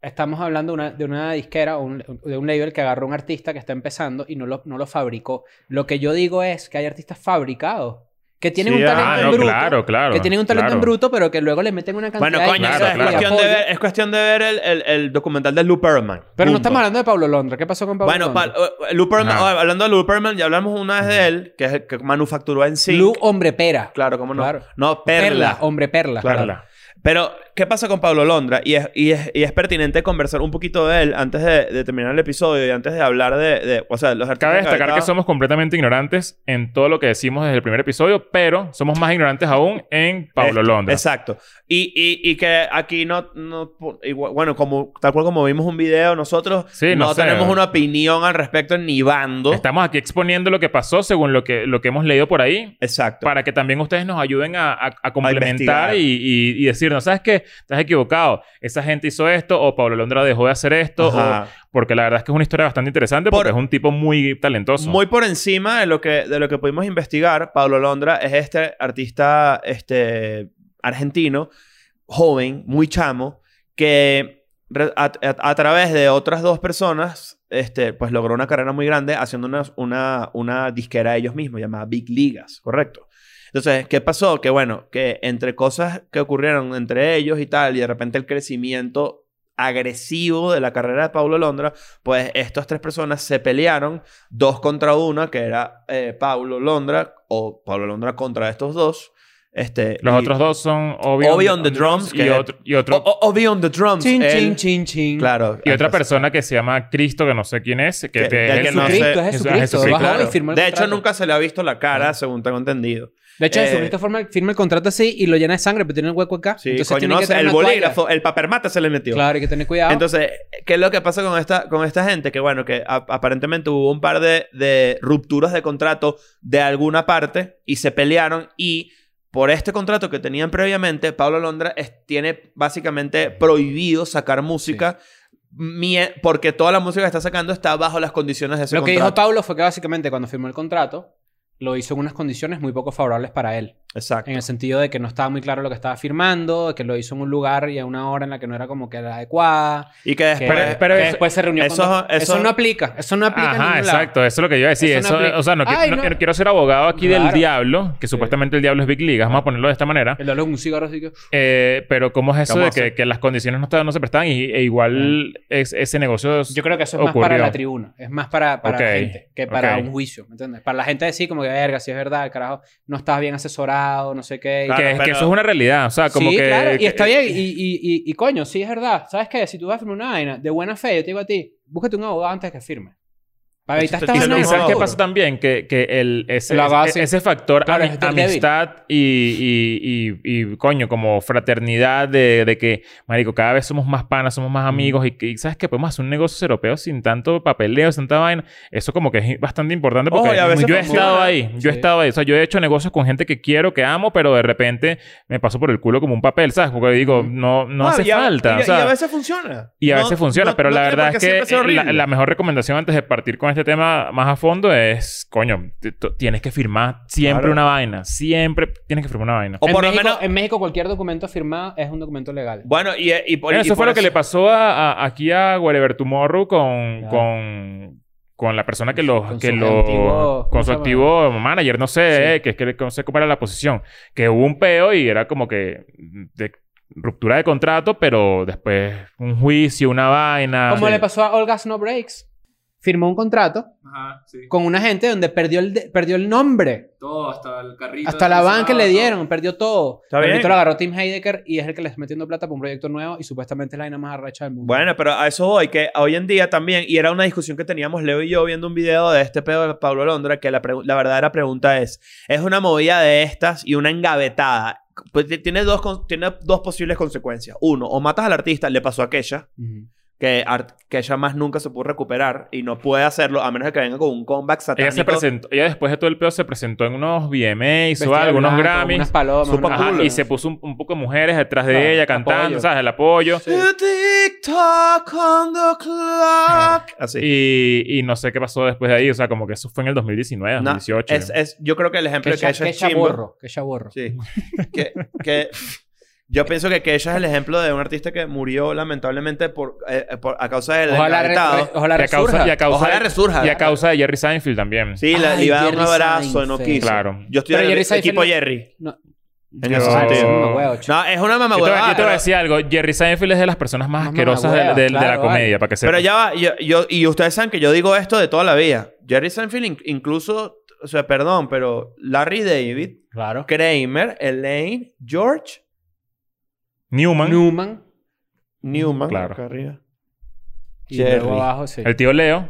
estamos hablando de una, de una disquera o un- de un label que agarró a un artista que está empezando y no lo, no lo fabricó. Lo que yo digo es que hay artistas fabricados que tienen Sí, un ah, talento Ah, en no, bruto. claro, claro. Que tienen un talento claro. en bruto, pero que luego le meten una cantidad Bueno, de coño, Claro, eso cosas es, y claro. Cuestión de apoyo. ver, es cuestión de ver el, el- el documental de Lou Pearlman. Pero no Punto. estamos hablando de Pablo Londra. ¿Qué pasó con Pablo Bueno, Londra? pa- eh, Lou Pearlman- Ajá. oh, hablando de Lou Pearlman, ya hablamos una vez de él, que es el que manufacturó en sí. Lu Hombre Pera. Claro, cómo no. Claro. No, Perla. Perla. Hombre Perla. Claro. Pero, ¿qué pasa con Pablo Londra? Y es, y es, y es pertinente conversar un poquito de él antes de, de terminar el episodio y antes de hablar de... de- o sea, los artistas... Cabe destacar que ahorita- somos completamente ignorantes en todo lo que decimos desde el primer episodio, pero somos más ignorantes aún en Pablo Eh, Londra. Exacto. Y, y, y que aquí no... no igual- bueno, como, tal cual como vimos un video, nosotros Sí, no no, sé. tenemos una opinión al respecto ni bando. Estamos aquí exponiendo lo que pasó según lo que, lo que hemos leído por ahí. Exacto. Para que también ustedes nos ayuden a, a- a complementar investigar. y, y- y decirnos, ¿sabes qué? Estás equivocado. Esa gente hizo esto o Pablo Londra dejó de hacer esto. Ajá. o- porque la verdad es que es una historia bastante interesante Por- porque es un tipo muy talentoso. Muy por encima de lo que, de lo que pudimos investigar, Pablo Londra es este artista este, argentino, joven, muy chamo, que re- a, a- a través de otras dos personas, este, pues logró una carrera muy grande haciendo una, una, una disquera de ellos mismos llamada Big Ligas, ¿correcto? Entonces, ¿qué pasó? Que bueno, que entre cosas que ocurrieron entre ellos y tal, y de repente el crecimiento agresivo de la carrera de Paulo Londra, pues estas tres personas se pelearon dos contra una, que era eh, Paulo Londra o Paulo Londra contra estos dos. Este, Los y- otros dos son Obi, Obi on the Drums, y que- otro, y otro- O- o- Obi on the Drums. Chin, él- chin, chin, chin. Claro. y otra entonces- persona que se llama Cristo, que no sé quién es, que, Que- te- del es que su- no sé. Jesucristo, Jesús- es Jesucristo. Jesucristo, bajó claro. y firmó el De hecho, contrato. nunca se le ha visto la cara, según tengo entendido. De hecho, eh, Jesucristo forma- firma el contrato así y lo llena de sangre, pero tiene el hueco acá. Sí, Entonces coño, tiene no que sé, traer el una toalla. bolígrafo, el papermate se le metió. Claro, hay que tener cuidado. Entonces, ¿qué es lo que pasa con esta, con esta gente? Que bueno, que a- aparentemente hubo un par de, de rupturas de contrato de alguna parte y se pelearon y por este contrato que tenían previamente, Pablo Londra es- tiene básicamente prohibido sacar música mie- porque toda la música que está sacando está bajo las condiciones de ese lo que dijo contrato. Paulo fue que básicamente cuando firmó el contrato, lo hizo en unas condiciones muy poco favorables para él. Exacto. En el sentido de que no estaba muy claro lo que estaba firmando, de que lo hizo en un lugar y a una hora en la que no era como que era adecuada. Y que que- después... Pero- pero que eso- después se reunió eso- con dos- eso- eso no aplica. Eso no aplica en Ajá, ningún lado. exacto. Eso es lo que yo iba a decir. Eso Eso, no aplica. o sea, no, qui- Ay, no- no. no quiero ser abogado aquí del Claro. diablo, que supuestamente el diablo es Big League. Vamos a ponerlo de esta manera. El diablo con un cigarro así que... Eh, pero ¿cómo es eso ¿Cómo de hace? que, que las condiciones no, estaban- no se prestaban y, e igual es- ese negocio... es- Yo creo que eso es más para ocurrió. la tribuna. Es más para, para Ok, la gente que para ok. un juicio. ¿Me entiendes? Para la gente decir como que, verga, si es verdad, carajo, no estás bien asesorado, no sé qué. y que, Claro, es- que pero- eso es una realidad. O sea, Ah, como sí, que... claro, y que- está bien. Y, y, y, y coño, sí es verdad. ¿Sabes qué? Si tú vas a firmar una vaina de buena fe, yo te digo a ti, búscate un abogado antes de que firme. Para evitar Esto Y, esta está sa- vaina no, y de no, sabes qué no. pasa también, que, que el, ese, La base- ese- ese factor Claro, ami- es débil. amistad y, y, y, y, coño, como fraternidad de, de que, marico, cada vez somos más panas, somos Mm. más amigos y, que- y sabes que podemos hacer un negocio europeo sin tanto papeleo, sin tanta vaina. Eso como que es bastante importante porque Ojo, y a veces yo he funciona. estado ahí, yo he Sí. estado ahí. O sea, yo he hecho negocios con gente que quiero, que amo, pero de repente me paso por el culo como un papel, ¿sabes? Porque digo, no, no hace Mm. y a- falta. Y, o y sea, a veces funciona. y a No- veces funciona, no- pero no la tiene por verdad qué es que siempre ser eh, la, horrible. la mejor recomendación antes de partir con este tema más a fondo es, coño, t- t- tienes que firmar siempre Claro. una vaina. Siempre tienes que firmar una vaina. O en, por lo México, menos- en México cualquier documento firmado es un documento legal. Bueno, y, y por Bueno, y eso fue por lo que le pasó a, a- aquí a Wherever Tomorrow con, Claro. con, con la persona que los... Con que su lo- antiguo- con ¿cómo su se llama? activo manager, no sé, eh, que es que no sé cómo era la posición. Que hubo un peo y era como que... de ruptura de contrato, pero después un juicio, una Ah, vaina. como Sí. le pasó a Olga Snow Breaks. Firmó un contrato Ajá, sí. con una gente donde perdió el, de- perdió el nombre. Todo, hasta el carrito. Hasta la desorganizado, van que le todo. dieron, perdió todo. Está el bien. lo agarró Tim Heidecker y es el que le está metiendo plata para un proyecto nuevo y supuestamente es la vaina más arrecha del mundo. Bueno, pero a eso voy, que hoy en día también, y era una discusión que teníamos Leo y yo viendo un video de este pedo de Pablo Londra, que la, pregu- la verdadera pregunta es, ¿es una movida de estas y una engavetada? Pues t- tiene dos, con- tiene dos posibles consecuencias. Uno, o matas al artista, le pasó a Kesha, Ujú. que, art- Kesha más nunca se pudo recuperar y no puede hacerlo a menos de que venga con un comeback Ella satánico. se presentó, ella después de todo el pedo se presentó en unos VMAs o Vestida de algo, unos blanco, Grammys. Unas palomas. Supo unas- Ajá, culo. y se puso un, un poco de mujeres detrás de Claro, ella cantando, apoyo. ¿sabes? El apoyo. Sí. TikTok on the clock. Así. Y, y no sé qué pasó después de ahí. O sea, como que eso fue en el 2019, No, 2018. es, es- yo creo que el ejemplo Que de ya, Kesha que es ya chimbo. borro. Que ya borro. Sí. que, que- yo pienso que Kesha es el ejemplo de un artista que murió lamentablemente por, eh, eh, por- a causa del Ojalá, re- engavetado. re- ojalá y a causa, resurja. y a causa Ojalá resurja. y a causa de Jerry Seinfeld también. Sí, le- Ay, le iba a dar un Jerry abrazo y no Seinfeld. quiso. Claro. Yo estoy Pero en el Jerry Seinfeld equipo no- Jerry. no. En Yo- ese Ah, Sí. es sentido. un huevo, chico. No, es una mamá yo te, voy- yo te voy a decir algo. Jerry Seinfeld es de las personas más Más asquerosas de, mamahueva, de- de la claro, comedia, vale. para que sepas. Pero ya va, yo, yo- y ustedes saben que yo digo esto de toda la vida. Jerry Seinfeld in- incluso, o sea, perdón, pero Larry David, Claro. Kramer, Elaine, George, Newman, Newman. Newman, Claro. acá arriba. Y Jerry. luego abajo, sí. el tío Leo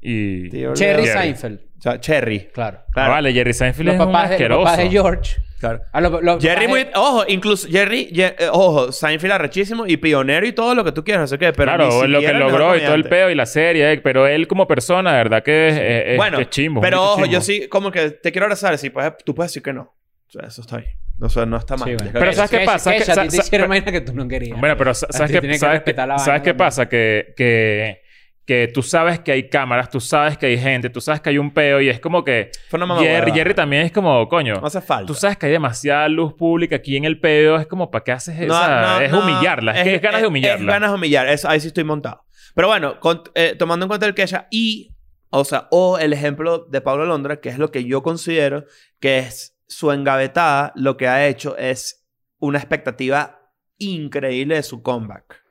y... Tío Cherry Leo. Jerry. Seinfeld. O sea, Cherry. Claro. Claro. Ah, Vale, Jerry Seinfeld Los es un papás, de, los asqueroso. papás de George. Claro. Ah, los- los Jerry papás de- muy... Ojo, incluso Jerry... Ye- eh, ojo, Seinfeld arrechísimo y pionero y todo lo que tú quieras, no sé qué, pero claro, ni lo que siquiera el mejor logró y todo el comediante. peo y la serie, eh, pero él como persona, de verdad que es, es- es- Bueno, es chimbo. es pero un bicho ojo, chimbo. yo sí como que te quiero abrazar. Si puedes, tú puedes decir que no. O sea, eso está bien. O sea, no está mal. Sí, bueno. Pero ¿sabes qué Que- pasa? que Que- ya a ti sa- te sa- hicieron pero- vaina que tú no querías. Bueno, pero sa- Antes ¿sabes qué, tiene que sabes, respetar la vaina sabes qué también. pasa? Que, que, que tú sabes que hay cámaras, tú sabes que hay gente, tú sabes que hay un peo y es como que... Fue una mamá Jerry, huevada. Jerry también es como, coño, No hace falta. tú sabes que hay demasiada luz pública aquí en el peo, es como, ¿para qué haces eso? No, O sea, no, es no. humillarla, es, que es ganas de humillarla. Es ganas de humillar. Eso- ahí sí estoy montado. Pero bueno, con- eh, tomando en cuenta el que ella y, o sea, o el ejemplo de Pablo Londra, que es lo que yo considero que es su engavetada, lo que ha hecho es una expectativa increíble de su comeback.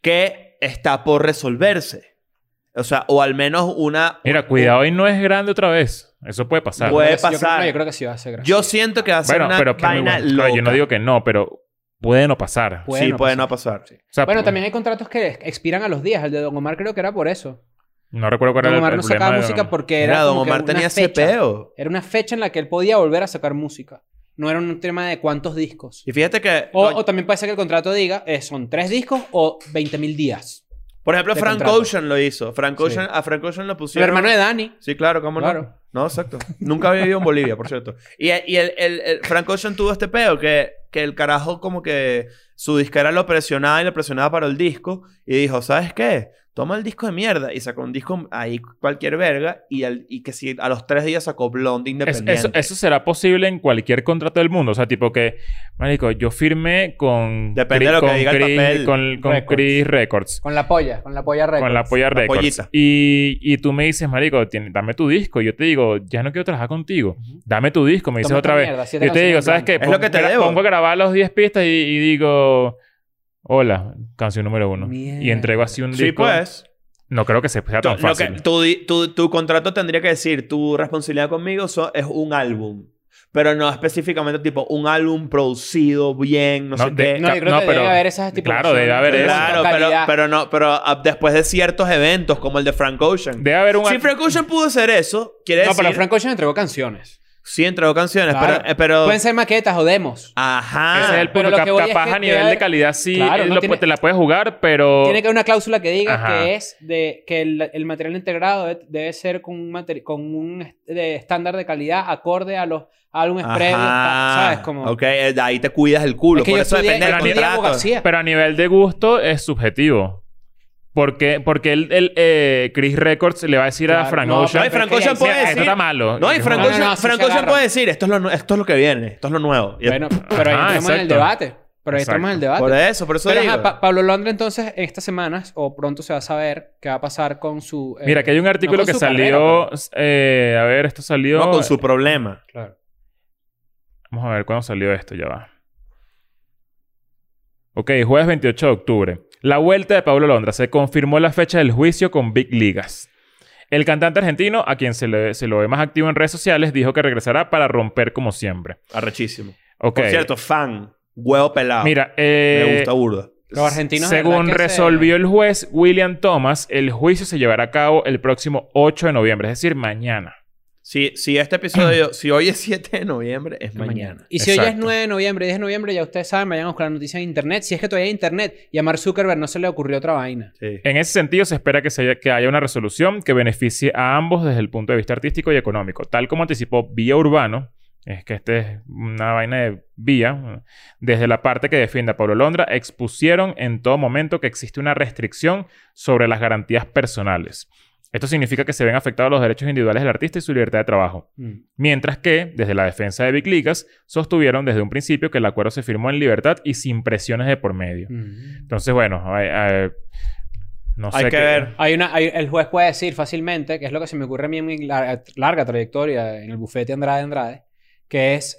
que está por resolverse. O sea, o al menos una... Mira, cuidado y no es grande otra vez. Eso puede pasar. Puede Yo creo que- Yo creo, pasar. no, yo creo que sí va a ser grande. Yo siento que va a ser bueno, una pero que muy vaina bueno. Claro, loca. Yo no digo que no, pero puede no pasar. Puede sí, no puede pasar. no pasar. Sí. O sea, Bueno, pu- también hay contratos que ex- expiran a los días. El de Don Omar creo que era por eso. No recuerdo cuál Don era el, Omar el no problema sacaba de música Don- porque Mira, era Don como que Omar una tenía ese fecha. peo. Era una fecha en la que él podía volver a sacar música. No era un tema de cuántos discos. Y fíjate que... O, coño, o también puede ser que el contrato diga, eh, son tres discos o 20.000 días. por ejemplo, de Frank contrato. Ocean lo hizo. Frank Sí. Ocean, A Frank Ocean lo El pusieron... hermano de Dani. Sí, claro, cómo Claro. no. No, exacto. Nunca había vivido en Bolivia, por cierto. Y, y el, el, el Frank Ocean tuvo este peo que, que el carajo como que su disquera lo presionaba y lo presionaba para el disco y dijo, ¿sabes qué? Toma el disco de mierda y sacó un disco ahí cualquier verga y, al- y que si a los tres días sacó Blonde Es- Independiente. eso, eso será posible en cualquier contrato del mundo. O sea, tipo que, marico, yo firmé con. Depende Cri- de lo que con diga el Cri- papel. Con, con Records. Cris Records. Con la polla, con la polla Records. Con la Polla Records. pollita. Y, y tú me dices, marico, tien- dame tu disco. Y yo te digo, ya no quiero trabajar contigo. Dame tu disco. Me dices Toma otra esta vez. mierda, siete yo te digo, canciones ¿sabes en qué? blanco. Es lo que te Pongo- debo. Pongo a grabar las 10 pistas y, y digo, hola, canción número uno. Y Mierda. entrego así un disco. Sí, pues. No creo que sea sea tan Tú- lo que- Ah, fácil. tu, di- tu- tu contrato tendría que decir, tu responsabilidad conmigo so- es un álbum. Pero no específicamente tipo un álbum producido bien, no, No, sé de- qué. No, yo creo No, que pero- debe haber esas estipulaciones. claro, debe haber de eso. Claro, pero, calidad. pero no, pero ah, después de ciertos eventos como el de Frank Ocean. Debe haber un. si Frank Ocean pudo hacer eso, quiere No, decir. pero Frank Ocean entregó canciones. Sí, entregó canciones, Claro. pero, eh, pero- Pueden ser maquetas o demos. Ah, Ajá. Ese es el Ah, pero punto. lo Cap- que voy es capaz que a nivel debe- de calidad sí Claro, eh, no lo tiene- pu- te la puedes jugar, pero. Tiene que haber una cláusula que diga Ajá. que es de que el, el material integrado de- debe ser con un, materi- con un est- de estándar de calidad acorde a los álbumes Ajá. previos, ta- ¿sabes? Como Ok, eh, de ahí te cuidas el culo. Es que Por yo eso estudié- depende yo del estudié contrato. abogacía. Pero a nivel de gusto es subjetivo. Porque, porque el, el, eh, Chris Records le va a decir a Claro, Frank no, Ocean. No, y pero Frank es que Ocean ahí puede "Mira, esto decir. está malo. No, y yo, Frank No, no, Ocean, no, sí Frank se Ocean agarra. puede decir, esto es lo, nu- esto es lo que viene, esto es lo nuevo. Y- Bueno, pero ahí Ajá, entramos en el exacto. debate. Pero ahí entramos en el por debate. eso, por eso Pero, digo. ajá, Pa- Pablo Londra, entonces, en estas semanas, o pronto se va a saber qué va a pasar con su. eh, Mira, que hay un artículo no con que su salió. eh, a ver, esto salió. no con su problema. Claro. Vamos a ver cuándo salió esto, ya va. Ok, jueves 28 de octubre. La vuelta de Pablo Londra. Se confirmó la fecha del juicio con Big Ligas. El cantante argentino, a quien se, le- se lo ve más activo en redes sociales, dijo que regresará para romper como siempre. Arrechísimo. Ok. Por cierto, fan, huevo pelado. Mira, Me eh, gusta burda. Los argentinos, de verdad, Según que se- resolvió el juez William Thomas, el juicio se llevará a cabo el próximo 8 de noviembre, es decir, mañana. Si, si este episodio, si hoy es 7 de noviembre, es mañana. Y si hoy es Exacto. 9 de noviembre, 10 de noviembre, ya ustedes saben, vayan a buscar la noticia en internet. Si es que todavía hay internet, y a Mark Zuckerberg no se le ocurrió otra vaina. Sí. En ese sentido, se espera que, se haya, que haya una resolución que beneficie a ambos desde el punto de vista artístico y económico. Tal como anticipó Vía Urbano, es que este es una vaina de Vía, desde la parte que defiende a Pablo Londra, expusieron en todo momento que existe una restricción sobre las garantías personales. Esto significa que se ven afectados los derechos individuales del artista y su libertad de trabajo. Mientras que, desde la defensa de Big Ligas, sostuvieron desde un principio que el acuerdo se firmó en libertad y sin presiones de por medio. Mm. Entonces, bueno, ay- ay, no sé. Hay que qué- ver. Hay una, hay- el juez puede decir fácilmente, que es lo que se me ocurre a mí en mi larga, larga trayectoria en el bufete Andrade Andrade, que es.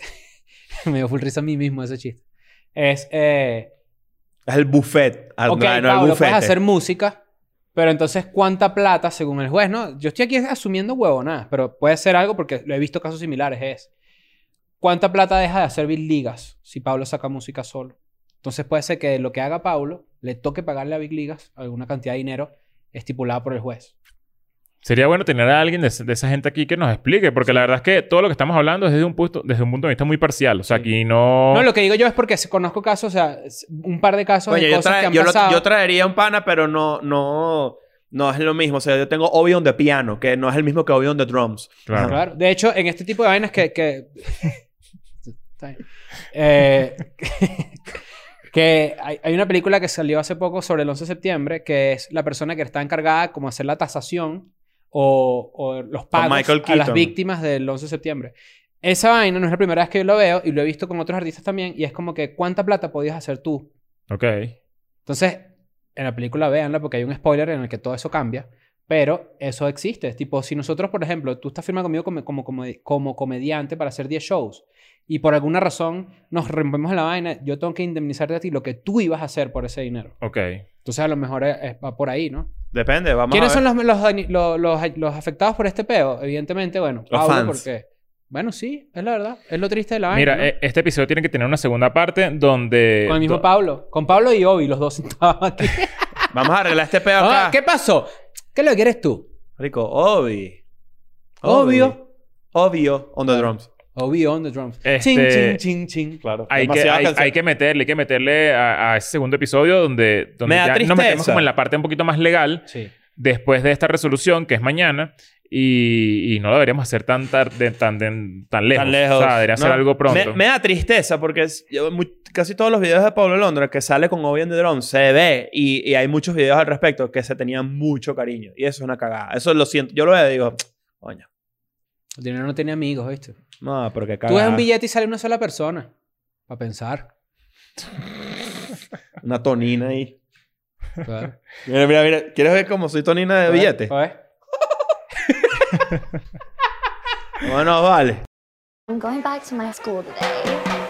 me dio full risa a mí mismo ese chiste. Es. Eh, Es el buffet. Ah, Ok, no, no, el Pablo, buffet. puedes hacer música, pero entonces, ¿cuánta plata según el juez? No, yo estoy aquí asumiendo huevonadas, pero puede ser algo porque lo he visto casos similares. Es, ¿cuánta plata deja de hacer Big Ligas si Pablo saca música solo? Entonces puede ser que lo que haga Pablo le toque pagarle a Big Ligas alguna cantidad de dinero estipulada por el juez. Sería bueno tener a alguien de, ese- de esa gente aquí que nos explique, porque la verdad es que todo lo que estamos hablando es desde un punto, desde un punto de vista muy parcial. O sea, Sí. aquí no. No, lo que digo yo es porque conozco casos, o sea, es- un par de casos Coño, de yo, cosas trae- que han yo lo- pasado. yo traería un pana, pero no, no, no es lo mismo. O sea, yo tengo Obi on the piano, que no es el mismo que Obi on the drums. Claro. Claro. De hecho, en este tipo de vainas que... que... Está bien. Eh, que hay, hay una película que salió hace poco sobre el 11 de septiembre que es la persona que está encargada como hacer la tasación o, o los pagos Michael a las Keaton. víctimas del 11 de septiembre. Esa vaina no es la primera vez que yo lo veo y lo he visto con otros artistas también y es como que ¿cuánta plata podías hacer tú Ok. entonces, en la película véanla porque hay un spoiler en el que todo eso cambia, pero eso existe. Tipo, si nosotros, por ejemplo, tú estás firmado conmigo como, como, como, como comediante para hacer 10 shows y por alguna razón nos rompemos la vaina, yo tengo que indemnizarte a ti lo que tú ibas a hacer por ese dinero. Ok. Entonces a lo mejor es- es- va por ahí, ¿no? Depende, vamos ¿Quiénes a ver. son los, los, dañi- lo- los- los afectados por este peo? Evidentemente, bueno, Los Pablo, fans. porque... Bueno, sí, es la verdad. Es lo triste de la vaina, Mira, ¿no? eh, este episodio tiene que tener una segunda parte eh, donde... Con el mismo do- Pablo. Con Pablo y Obi, los dos sentados aquí. Vamos a arreglar este pedo Ah, acá. ¿Qué pasó? ¿Qué es lo que quieres tú? Rico, Obi. Obvio. Ah. Obvio. On the drums. Obi on the drums. Este- Ching, ching, ching, ching. Claro. Hay que, hay, hay que meterle, hay que meterle a, a ese segundo episodio donde, donde Me da ya nos tristeza. metemos como en la parte un poquito más legal Sí. después de esta resolución que es mañana y, y no deberíamos hacer tan, tarde, tan, de- tan lejos. Tan lejos. O sea, debería ¿no? hacer algo pronto. Me, me da tristeza porque es- yo- mu- casi todos los videos de Pablo Londra que sale con Obi and the Drums se ve y, y hay muchos videos al respecto que se tenían mucho cariño. Y eso es una cagada. Eso lo siento. Yo lo veo y digo, coño. El dinero no tiene amigos, ¿viste? No, pero qué Tú ves cagada. un billete y sale una sola persona. Para pensar. Una tonina ahí. Claro. Mira, mira, mira. ¿Quieres ver cómo soy tonina de billete? A ver. Bueno, vale. I'm going back to my school today.